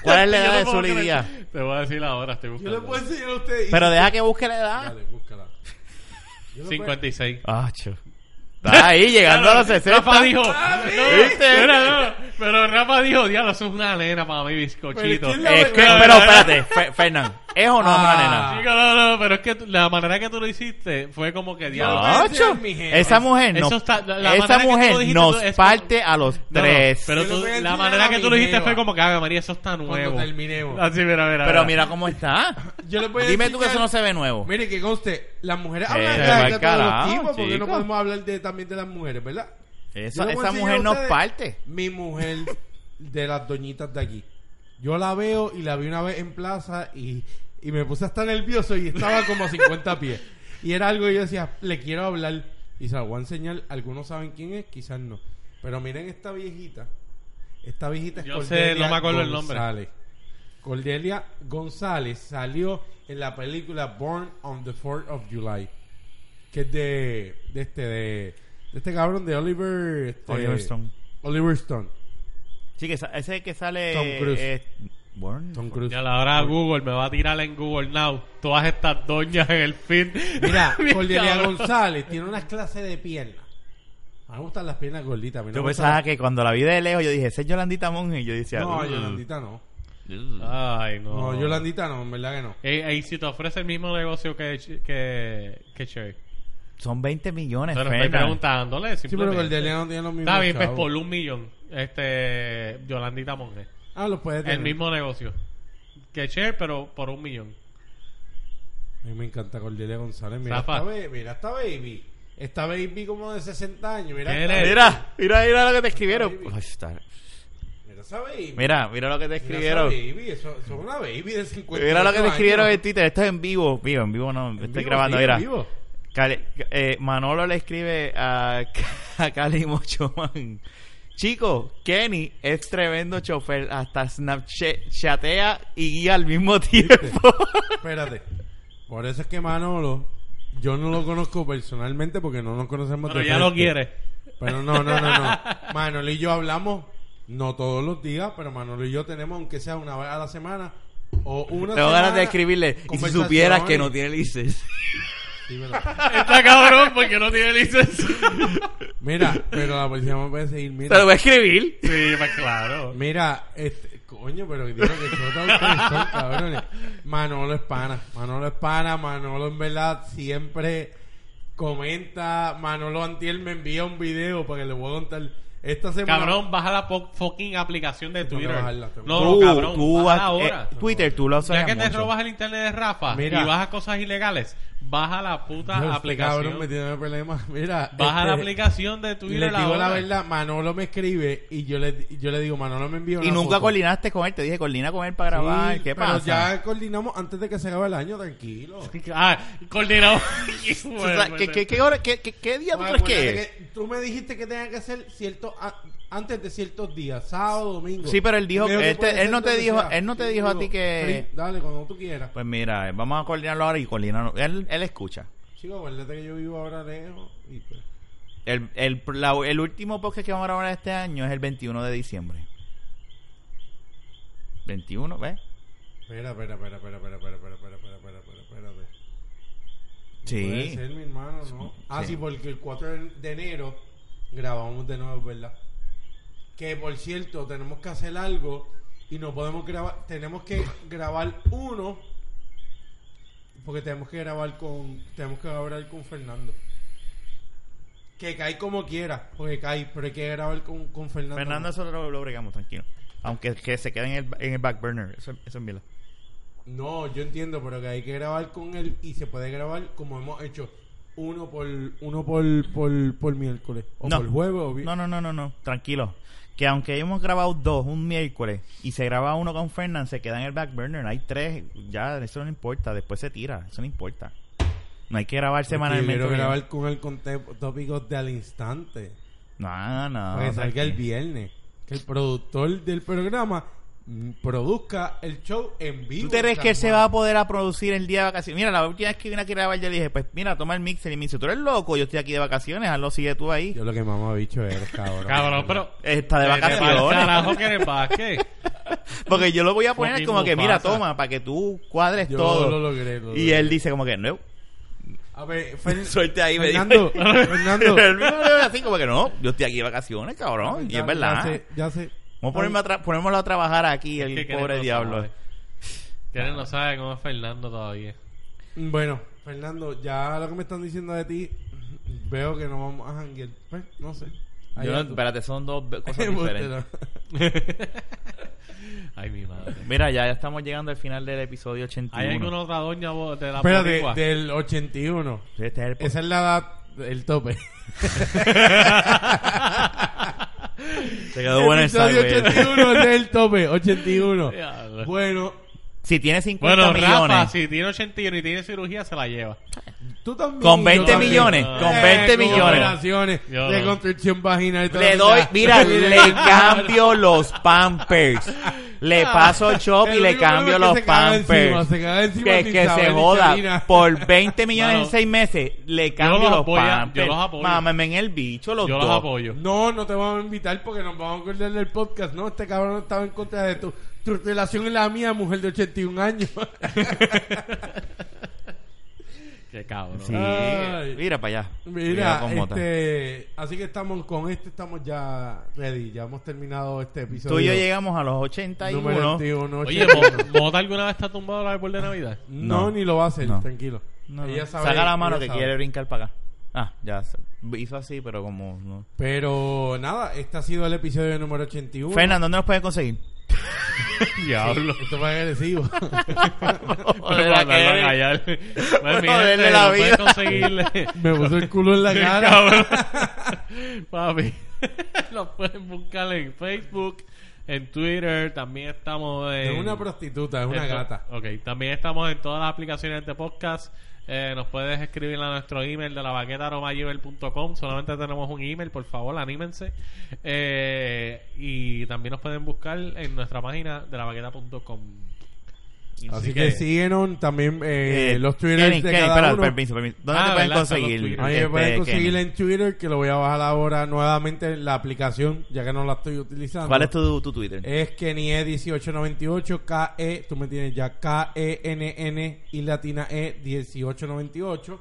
S1: ¿Cuál es la
S2: *laughs* Yo
S1: edad
S2: no
S1: de
S2: puedo
S1: Zulidía?
S2: creer. Te voy a decir ahora, estoy
S3: Yo
S2: buscando.
S3: le puedo enseñar a usted. y-
S1: Pero deja que busque la edad.
S3: Dale, búscala. Yo le puedo-
S2: 56.
S1: Ah, chu. Está ahí, llegando a los 60.
S2: Rafa dijo,
S3: ¡Mami!
S2: no,
S1: ¿Viste?
S2: mira, no, pero Rafa dijo, diablo, eso es una nena para mí, bizcochito. Eh,
S3: Pero es que la-
S1: Es que, pero espérate, Fe- Fernan, ¿es o no es una
S3: Ah.
S1: nena?
S2: Chico, no, no, pero es que tú- la manera que tú lo hiciste fue como que, diablo,
S3: No,
S1: Ocho.
S3: ese es mi jefe.
S1: Esa mujer
S2: Eso
S1: nos,
S2: está- la- la
S1: esa
S2: manera que tú
S1: mujer
S2: lo dijiste
S1: nos
S2: tú es como-
S1: parte a los
S2: No, no,
S1: tres. pero,
S2: pero
S3: Yo
S2: tú-
S3: le voy a
S2: la
S3: enseñar
S2: manera
S3: a
S2: que
S3: mi
S2: tú lo dijiste
S3: jeva.
S2: fue como que, Ave María, eso está nuevo.
S3: terminemos.
S2: Así, mira, mira.
S1: mira cómo está.
S3: Yo le puedo
S1: Dime
S3: enseñar-
S1: tú que eso no se ve nuevo.
S3: Mire, que conste, las mujeres
S1: Eh,
S3: hablan
S1: se
S3: de,
S1: va
S3: de,
S1: al
S3: todos
S1: carajo,
S3: los tipos, porque no
S1: chico.
S3: podemos hablar de, también de las mujeres, ¿verdad?
S1: Esa,
S3: Yo les voy
S1: esa
S3: a enseñar a
S1: mujer nos
S3: ustedes
S1: parte.
S3: Mi mujer de las doñitas de aquí. Yo la veo y la vi una vez en plaza y, y me puse hasta nervioso y estaba como a 50 pies. Y era algo que yo decía, le quiero hablar y se la voy a enseñar. Algunos saben quién es, quizás no. Pero miren esta viejita. Esta viejita es
S2: Yo sé, no me acuerdo el nombre.
S3: González. Cordelia González salió en la película Born on the 4th of July. Que es de, de este, de, de este cabrón de Oliver... este,
S1: Oliver Stone.
S3: Oliver Stone.
S1: Sí, que sa- ese es el que sale.
S3: Tom Cruise.
S1: eh, Born.
S3: Tom Cruise.
S2: Ya la hora Google me va a tirar en Google Now todas estas doñas en el feed.
S3: Mira,
S2: *laughs* Bien
S3: Cordelia
S2: cabrón.
S3: González tiene unas clases de piernas. A mí me gustan las piernas gorditas. a mí no
S1: Yo
S3: me
S1: pensaba
S3: gustan-
S1: que cuando la vi de lejos, yo dije, esa es Yolandita Monge. Y yo decía,
S3: No,
S1: "Uh".
S3: Yolandita no.
S1: Mm.
S2: Ay, no.
S3: No, Yolandita no, en verdad que no.
S2: Ey, ey, si te ofrece el mismo negocio que, que, que Cherry.
S1: son 20 millones.
S2: Pero estoy
S1: Fernan.
S2: preguntándole.
S3: Sí, pero
S2: simplemente.
S3: Cordelia no tiene los mismos
S2: Está bien, pues
S3: chavos.
S2: por un millón. Este, Yolandita Monge.
S3: Ah, los puede tener.
S2: El mismo negocio que Cher, pero por un millón.
S3: A mí me encanta Cordelia González. Mira
S2: Rafa.
S3: esta, baby, mira esta baby. Esta baby como de 60 años. Mira,
S2: ¿Quién
S3: esta
S2: es?
S3: baby.
S1: Mira, mira, mira lo que te escribieron.
S3: Baby.
S1: Ay, está-
S3: mira esa baby.
S1: Mira, mira lo que te
S3: Mira esa
S1: escribieron.
S3: baby. Eso, eso es una baby de 50
S1: Mira lo que te escribieron en
S3: años.
S1: Twitter. Esto es en vivo. Vivo, en vivo no. estoy
S3: vivo,
S1: grabando,
S3: sí,
S1: mira.
S3: en vivo.
S1: Cali- eh, Manolo le escribe a, *laughs* a Cali Mochoman. Chico, Kenny es tremendo chofer. Hasta Snapchat chatea y guía al mismo *laughs* tiempo.
S3: Espérate. Por eso es que Manolo, yo no lo conozco personalmente porque no nos conocemos
S2: Pero
S3: de
S2: ya lo
S3: frente.
S2: quiere.
S3: *laughs* Pero no, no,
S1: *laughs*
S3: no, no. Manolo y yo hablamos, no todos los días, pero Manolo y yo tenemos, aunque sea una vez a la semana, o una
S1: Tengo
S3: semana,
S1: ganas de escribirle. Y si
S3: conversaciones.
S1: supieras que no tiene licencia.
S3: Dímelo.
S2: Está cabrón porque no tiene
S3: *laughs*
S2: licencia.
S3: Mira, pero la policía me puede seguir,
S1: Te lo
S3: mira.
S1: voy a escribir.
S2: Sí, pues claro.
S3: Mira, este, coño, pero digo que chota
S2: *laughs*
S3: ustedes son, cabrones. Manolo es pana, Manolo es pana, Manolo en verdad siempre comenta, Manolo Antiel me envía un video para que le voy a contar. Esta semana
S2: Cabrón, baja la po- fucking aplicación de
S3: Tengo que
S2: Twitter.
S3: bajarla, tengo que
S2: No, no,
S1: Tú-
S2: cabrón,
S1: tú
S2: baja
S1: has-
S2: ahora.
S1: eh, Twitter, tú lo usas
S2: ya que te
S1: mucho.
S2: robas el internet de Rafa
S3: Mira.
S2: y bajas cosas ilegales, Baja la puta
S3: Dios, este
S2: aplicación.
S3: cabrón me tiene problemas. *laughs* Mira.
S2: Baja la
S3: este,
S2: aplicación de
S3: Le
S2: Twitter.
S3: digo
S2: ahora.
S3: la verdad, Manolo me escribe y yo le, yo le digo, Manolo me envió
S1: Y
S3: una
S1: nunca
S3: foto.
S1: coordinaste con él. Te dije, coordina con él para
S3: Sí,
S1: grabar. ¿Qué
S3: pero
S1: pasa?
S3: ya coordinamos antes de que se acabe el año, tranquilo.
S2: Ah,
S1: *laughs*
S2: coordinador. *laughs*
S1: O sea, ¿qué, qué, qué, hora- qué- qué- qué día tú
S3: Bueno,
S1: crees que
S3: acuérdate
S1: es?
S3: que tú me dijiste que tenía que ser cierto a- antes de ciertos días, sábado, domingo.
S1: Sí, pero él dijo-
S3: Me
S1: él
S3: puede
S1: te-
S3: ser
S1: él no te
S3: donde
S1: dijo- él no te dijo a ti que-
S3: Pri- Dale, cuando tú quieras.
S1: Pues mira, vamos a coordinarlo ahora y coordinarlo. Él, él escucha.
S3: Chico, acuérdate que yo vivo ahora lejos. Y pues,
S1: El, el, la- el último podcast que vamos a grabar este año es el 21 de diciembre. 21, ¿ves?
S3: espera, espera, espera, espera, espera, espera, espera, espera, espera, espera, espera, espérate. No Puede
S1: Sí.
S3: ser, mi hermano, ¿no? Ah,
S1: Sí.
S3: sí, porque el 4 de- de enero grabamos de nuevo, ¿verdad? Que, por cierto, tenemos que hacer algo y no podemos grabar... Tenemos
S1: *laughs*
S3: que grabar uno porque tenemos que grabar con... Tenemos que grabar con Fernando. Que cae como quiera, porque cae, pero hay que grabar con, con Fernando.
S1: Fernando, eso lo, lo bregamos, tranquilo. Aunque que se quede en el, en el back burner. Eso, eso es mierda.
S3: No, yo entiendo, pero que hay que grabar con él y se puede grabar como hemos hecho uno por uno por por, por miércoles o
S1: No.
S3: por jueves o vi-
S1: No, no, no, no, no. Tranquilo. Que aunque hemos grabado dos un miércoles y se graba uno con Fernan, se queda en el back burner. Hay tres. Ya, eso no importa. Después se tira. Eso no importa. No hay que grabar
S3: Porque
S1: semanalmente.
S3: Yo quiero
S1: bien.
S3: grabar con él con te- tópicos de al instante.
S1: No, no.
S3: para que salga el
S1: tranquilo.
S3: viernes. Que el productor del programa mm, produzca el show en vivo.
S1: ¿Tú te crees
S3: San
S1: que él se
S3: Juan.
S1: va a poder a producir el día de vacaciones? Mira, la última vez que vine aquí a grabar, yo le dije, pues mira, toma el mixer. Y me dice, tú eres loco, yo estoy aquí de vacaciones, hazlo, sigue tú ahí.
S3: Yo Eh, lo que mamá bicho eres, cabrón.
S2: Cabrón, pero.
S1: Está de
S2: Vete pa'l
S1: vacaciones.
S2: Carajo, que
S1: *laughs*
S2: le pase.
S1: Porque yo lo voy a poner
S2: Fucking
S1: como que, mira,
S2: Mufasa.
S1: toma, para que tú cuadres
S3: Yo
S1: todo.
S3: lo logré, lo
S1: y
S3: logré.
S1: él dice como que, no.
S3: A
S1: *laughs*
S3: ver, Fer-
S1: Suerte ahí, me dijo.
S3: Pues,
S1: *laughs*
S3: Fernando, Fernando.
S1: Él me ve así como que, no, yo estoy aquí de vacaciones, cabrón. Y
S3: Ya-
S1: es verdad.
S3: Ya sé, ya sé.
S1: Vamos a ponerme a tra- ponermoslo a trabajar aquí, el
S2: que Kenneth
S1: pobre
S2: no
S1: diablo.
S2: sabe. Kenneth no sabe cómo es Fernando todavía.
S3: mm, Bueno, Fernando, ya lo que me están diciendo de ti, *laughs* veo que no vamos a janguear. Pues, no sé. Ahí
S1: Yo no-
S3: tú.
S1: espérate, son dos *laughs* be- cosas diferentes.
S3: Embustero.
S2: Ay, mi madre.
S1: Mira, ya, ya estamos llegando al final del episodio 81.
S2: ¿Hay alguna otra doña bo- de la
S3: Espérate,
S1: *laughs*
S2: boricua?
S3: del 81.
S1: Este es el
S3: Esa es la edad, el tope.
S1: Te quedó buena esa,
S3: Episodio
S1: güey.
S3: 81 ese es el
S1: *laughs*
S3: tope, 81.
S2: *laughs* Diablo.
S3: Bueno,
S1: Si tiene 50
S2: Bueno,
S1: millones.
S2: Rafa, si tiene 81 y tiene cirugía, se la lleva.
S3: tú también.
S1: Con
S3: yo
S1: 20
S3: también. Eh,
S1: millones, con 20
S3: con
S1: millones.
S3: operaciones
S2: Yo
S3: de
S2: no.
S3: construcción vaginal. y toda
S1: Le
S3: la
S1: doy, mira,
S2: *laughs*
S3: mierda. *laughs*
S1: le cambio los pampers. Le paso chop y
S3: Ah, El
S1: le
S3: único problema
S1: cambio
S3: es que
S1: los
S3: se caga encima,
S1: pampers.
S3: se caga encima
S1: Que,
S3: sin
S1: que
S3: saber
S1: se
S3: ni
S1: joda.
S3: Karina.
S1: Por 20 millones
S2: Mano,
S1: en 6 meses, le cambio
S2: los
S1: los,
S2: apoyo, yo
S1: pampers.
S2: los apoyo.
S1: Mámame en el bicho los
S2: Yo
S1: dos.
S2: los apoyo.
S3: No, no te vamos a invitar porque nos vamos a acordar del podcast. No, este cabrón estaba en contra de tu, tu relación y la mía, mujer de 81 años.
S2: Qué cabrón.
S1: Sí.
S3: Ay.
S1: Mira para allá. Cuidado
S3: Mira,
S1: con Mota.
S3: este, así que estamos con este, estamos ya ready. Ya hemos terminado este episodio.
S1: Tú y yo llegamos a los 81.
S3: número 21.
S2: Oye,
S3: 81.
S2: ¿Mo- ¿Mota alguna vez está tumbado el árbol de Navidad?
S3: no,
S1: No.
S3: ni lo va a hacer,
S1: No.
S3: tranquilo.
S1: No, no.
S3: Ella sabe-
S1: Saca la mano
S3: ella
S1: que
S3: sabe.
S1: quiere brincar para acá. Ah, ya. se- Hizo así, pero como... No.
S3: Pero nada, este ha sido el episodio número 81.
S1: Fernando, ¿dónde nos pueden conseguir?
S2: *laughs* Diablo.
S3: Esto
S1: *laughs*
S3: fue agresivo.
S1: Joder,
S2: Mandarlo a
S1: aquel.
S2: callar. Pues, mi
S1: Joderle
S2: gente,
S1: la
S2: no puedes
S1: vida.
S2: *laughs* conseguirle.
S3: Me puso el
S1: *laughs*
S3: culo en la cara.
S2: Cabrón. *laughs* Papi, lo pueden buscar en Facebook, en Twitter, también estamos en...
S3: Es una prostituta, es una
S2: en to-
S3: gata.
S2: Ok, también estamos en todas las aplicaciones de podcast. Eh, nos puedes escribir a nuestro email de la Solamente tenemos un email, por favor, anímense. Eh, y también nos pueden buscar en nuestra página de la
S3: Así que, síguenos también eh,
S1: Eh,
S3: los Twitter
S1: Kenny,
S3: de
S1: Kenny,
S3: cada
S1: espera,
S3: uno.
S1: permiso, permiso. ¿Dónde
S2: Ah,
S1: te pueden
S2: verdad, están los
S1: conseguir?
S2: Twitter.
S3: A mí me
S1: este,
S3: pueden conseguir
S1: Kenny?
S3: en Twitter, que lo voy a bajar ahora nuevamente en la aplicación, ya que no la estoy utilizando.
S1: ¿Cuál es tu, tu Twitter?
S3: Es KennyE1898, K-E, E, tú me tienes ya, K-E-N-N y latina E, E1898,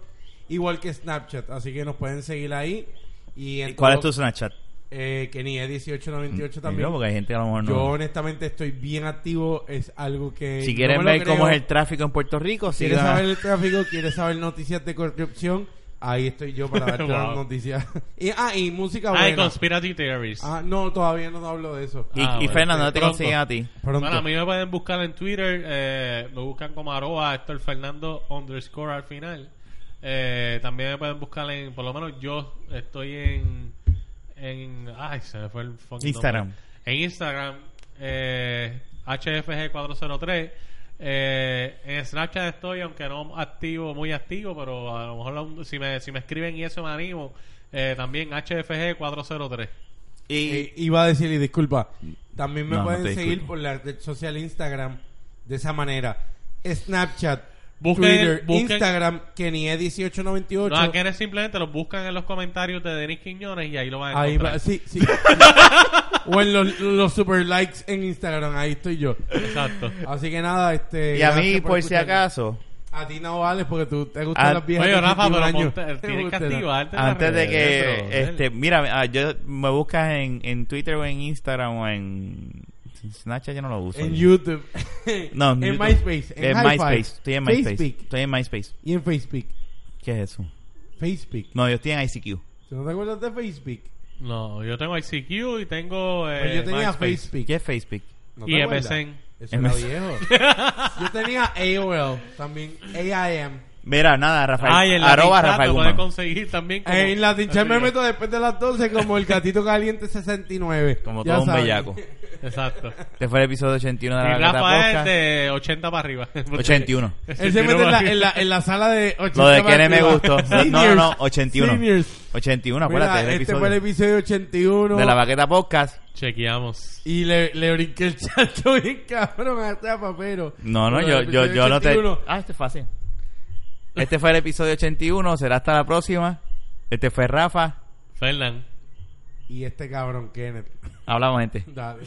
S3: igual que Snapchat, así que nos pueden seguir ahí. Y en
S1: ¿Cuál es
S3: todo-
S1: tu Snapchat?
S3: Eh, KennyE1898 también.
S1: Dilo, porque hay gente que a lo mejor no.
S3: Yo honestamente estoy bien activo, es algo que...
S1: si
S3: no
S1: quieren
S3: me lo
S1: ver cómo
S3: creo.
S1: es el tráfico en Puerto Rico,
S3: ¿Quieres
S1: sigan-
S3: saber el tráfico? ¿Quieres saber noticias de corrupción? Ahí estoy yo
S1: *laughs*
S3: para darte las
S2: Wow.
S3: noticias. *laughs* Y, ah, y música
S2: Hay
S3: buena.
S2: conspiracy theories.
S3: Ah, no, todavía no hablo de eso.
S1: Y,
S2: Ah,
S1: y
S2: bueno,
S1: Fernando, ¿dónde
S2: este,
S1: te consiguen
S2: pronto.
S1: a ti?
S3: Pronto.
S2: Bueno, a mí me pueden buscar en Twitter, eh, me buscan como arroba Héctor Fernando underscore al final. Eh, también me pueden buscar en, por lo menos yo estoy en, en ay, se me fue el fucking
S1: Instagram.
S2: nombre. En Instagram, eh, HFG403. Eh, en Snapchat estoy, aunque no activo, muy activo, pero a lo mejor la- si, me, si me escriben y eso me animo, eh, también HFG403.
S1: Y,
S3: Eh, iba a decirle, disculpa, también me
S1: No, no
S3: pueden
S1: te
S3: seguir
S1: disculpo.
S3: por la red social Instagram de esa manera. Snapchat,
S2: Busquen-
S3: Twitter,
S2: busquen-
S3: Instagram, Kenie1898.
S2: Los hackers simplemente los buscan en los comentarios de Denis Quiñones y ahí lo van a
S3: Ahí
S2: encontrar.
S3: va, sí,
S2: *laughs*
S3: sí. o en los, los super likes en Instagram, ahí estoy yo.
S2: Exacto.
S3: Así que nada, este.
S1: y a
S3: gracias
S1: mí, por si
S3: escucharme.
S1: acaso,
S3: A ti no vales porque tú te gustan
S1: Ah,
S3: las viejas.
S2: Oye,
S3: de
S2: Rafa,
S3: 21
S2: pero
S3: años.
S2: monta-
S3: Te
S2: tienes que
S3: gustan.
S2: activarte. en las
S1: antes de
S2: redes,
S1: que,
S2: brother.
S1: este, mira, ah, yo me buscas en, en Twitter o en Instagram o en Snapchat, yo no lo uso.
S3: En YouTube.
S1: No,
S3: *laughs* en
S1: YouTube.
S3: MySpace. En,
S1: En
S3: Hi-Fi,
S1: MySpace, estoy en MySpace.
S3: Facebook
S1: Estoy en MySpace.
S3: y en Facebook.
S1: ¿Qué es eso?
S3: Facebook.
S1: No, yo estoy en ICQ.
S3: ¿Tú no te acuerdas de Facebook?
S2: No, yo tengo ICQ y tengo. Eh,
S3: Pues yo tenía
S2: MySpace.
S3: Facebook.
S1: ¿Qué es Facebook?
S3: ¿No te
S2: Y
S3: acuerdas?
S2: MSN.
S3: Eso era
S1: MSN.
S3: viejo.
S1: *laughs*
S3: Yo tenía AOL también. AIM.
S1: Mira, nada, Rafael.
S2: Ay, en la
S1: arroba
S2: Latin Chat
S1: Rafael
S2: lo puedes
S1: Guzmán.
S2: conseguir también. como-
S3: En la tincha me
S2: Así que-
S3: meto después de las 12 como el gatito caliente 69.
S1: Como
S3: Ya
S1: todo un
S3: saben.
S1: bellaco.
S2: Exacto.
S1: Este fue el episodio 81 de
S2: Y
S1: la
S2: Rafa es
S1: Gata Podcast.
S2: de 80 para arriba. *laughs*
S1: 81.
S3: Él se mete en la, en la, en la sala de 80
S1: Lo de Kene
S3: para
S1: me
S3: arriba.
S1: gustó. No, no, no, 81.
S3: Seniors.
S1: 81,
S3: Mira,
S1: acuérdate, es el
S3: este fue el
S1: episodio
S3: episodio 81.
S1: de la Baqueta Podcast.
S2: Chequeamos.
S3: Y le, le brinqué el chancho *laughs* bien cabrón hasta papero.
S1: No, no,
S3: Bueno,
S1: yo,
S3: el
S1: yo, yo no te...
S3: 81.
S1: Ah, este es fácil. Este fue el episodio 81, será hasta la próxima. Este fue Rafa.
S2: Fernán.
S3: Y este cabrón Kenneth. *laughs*
S1: Hablamos, gente.
S3: Dale.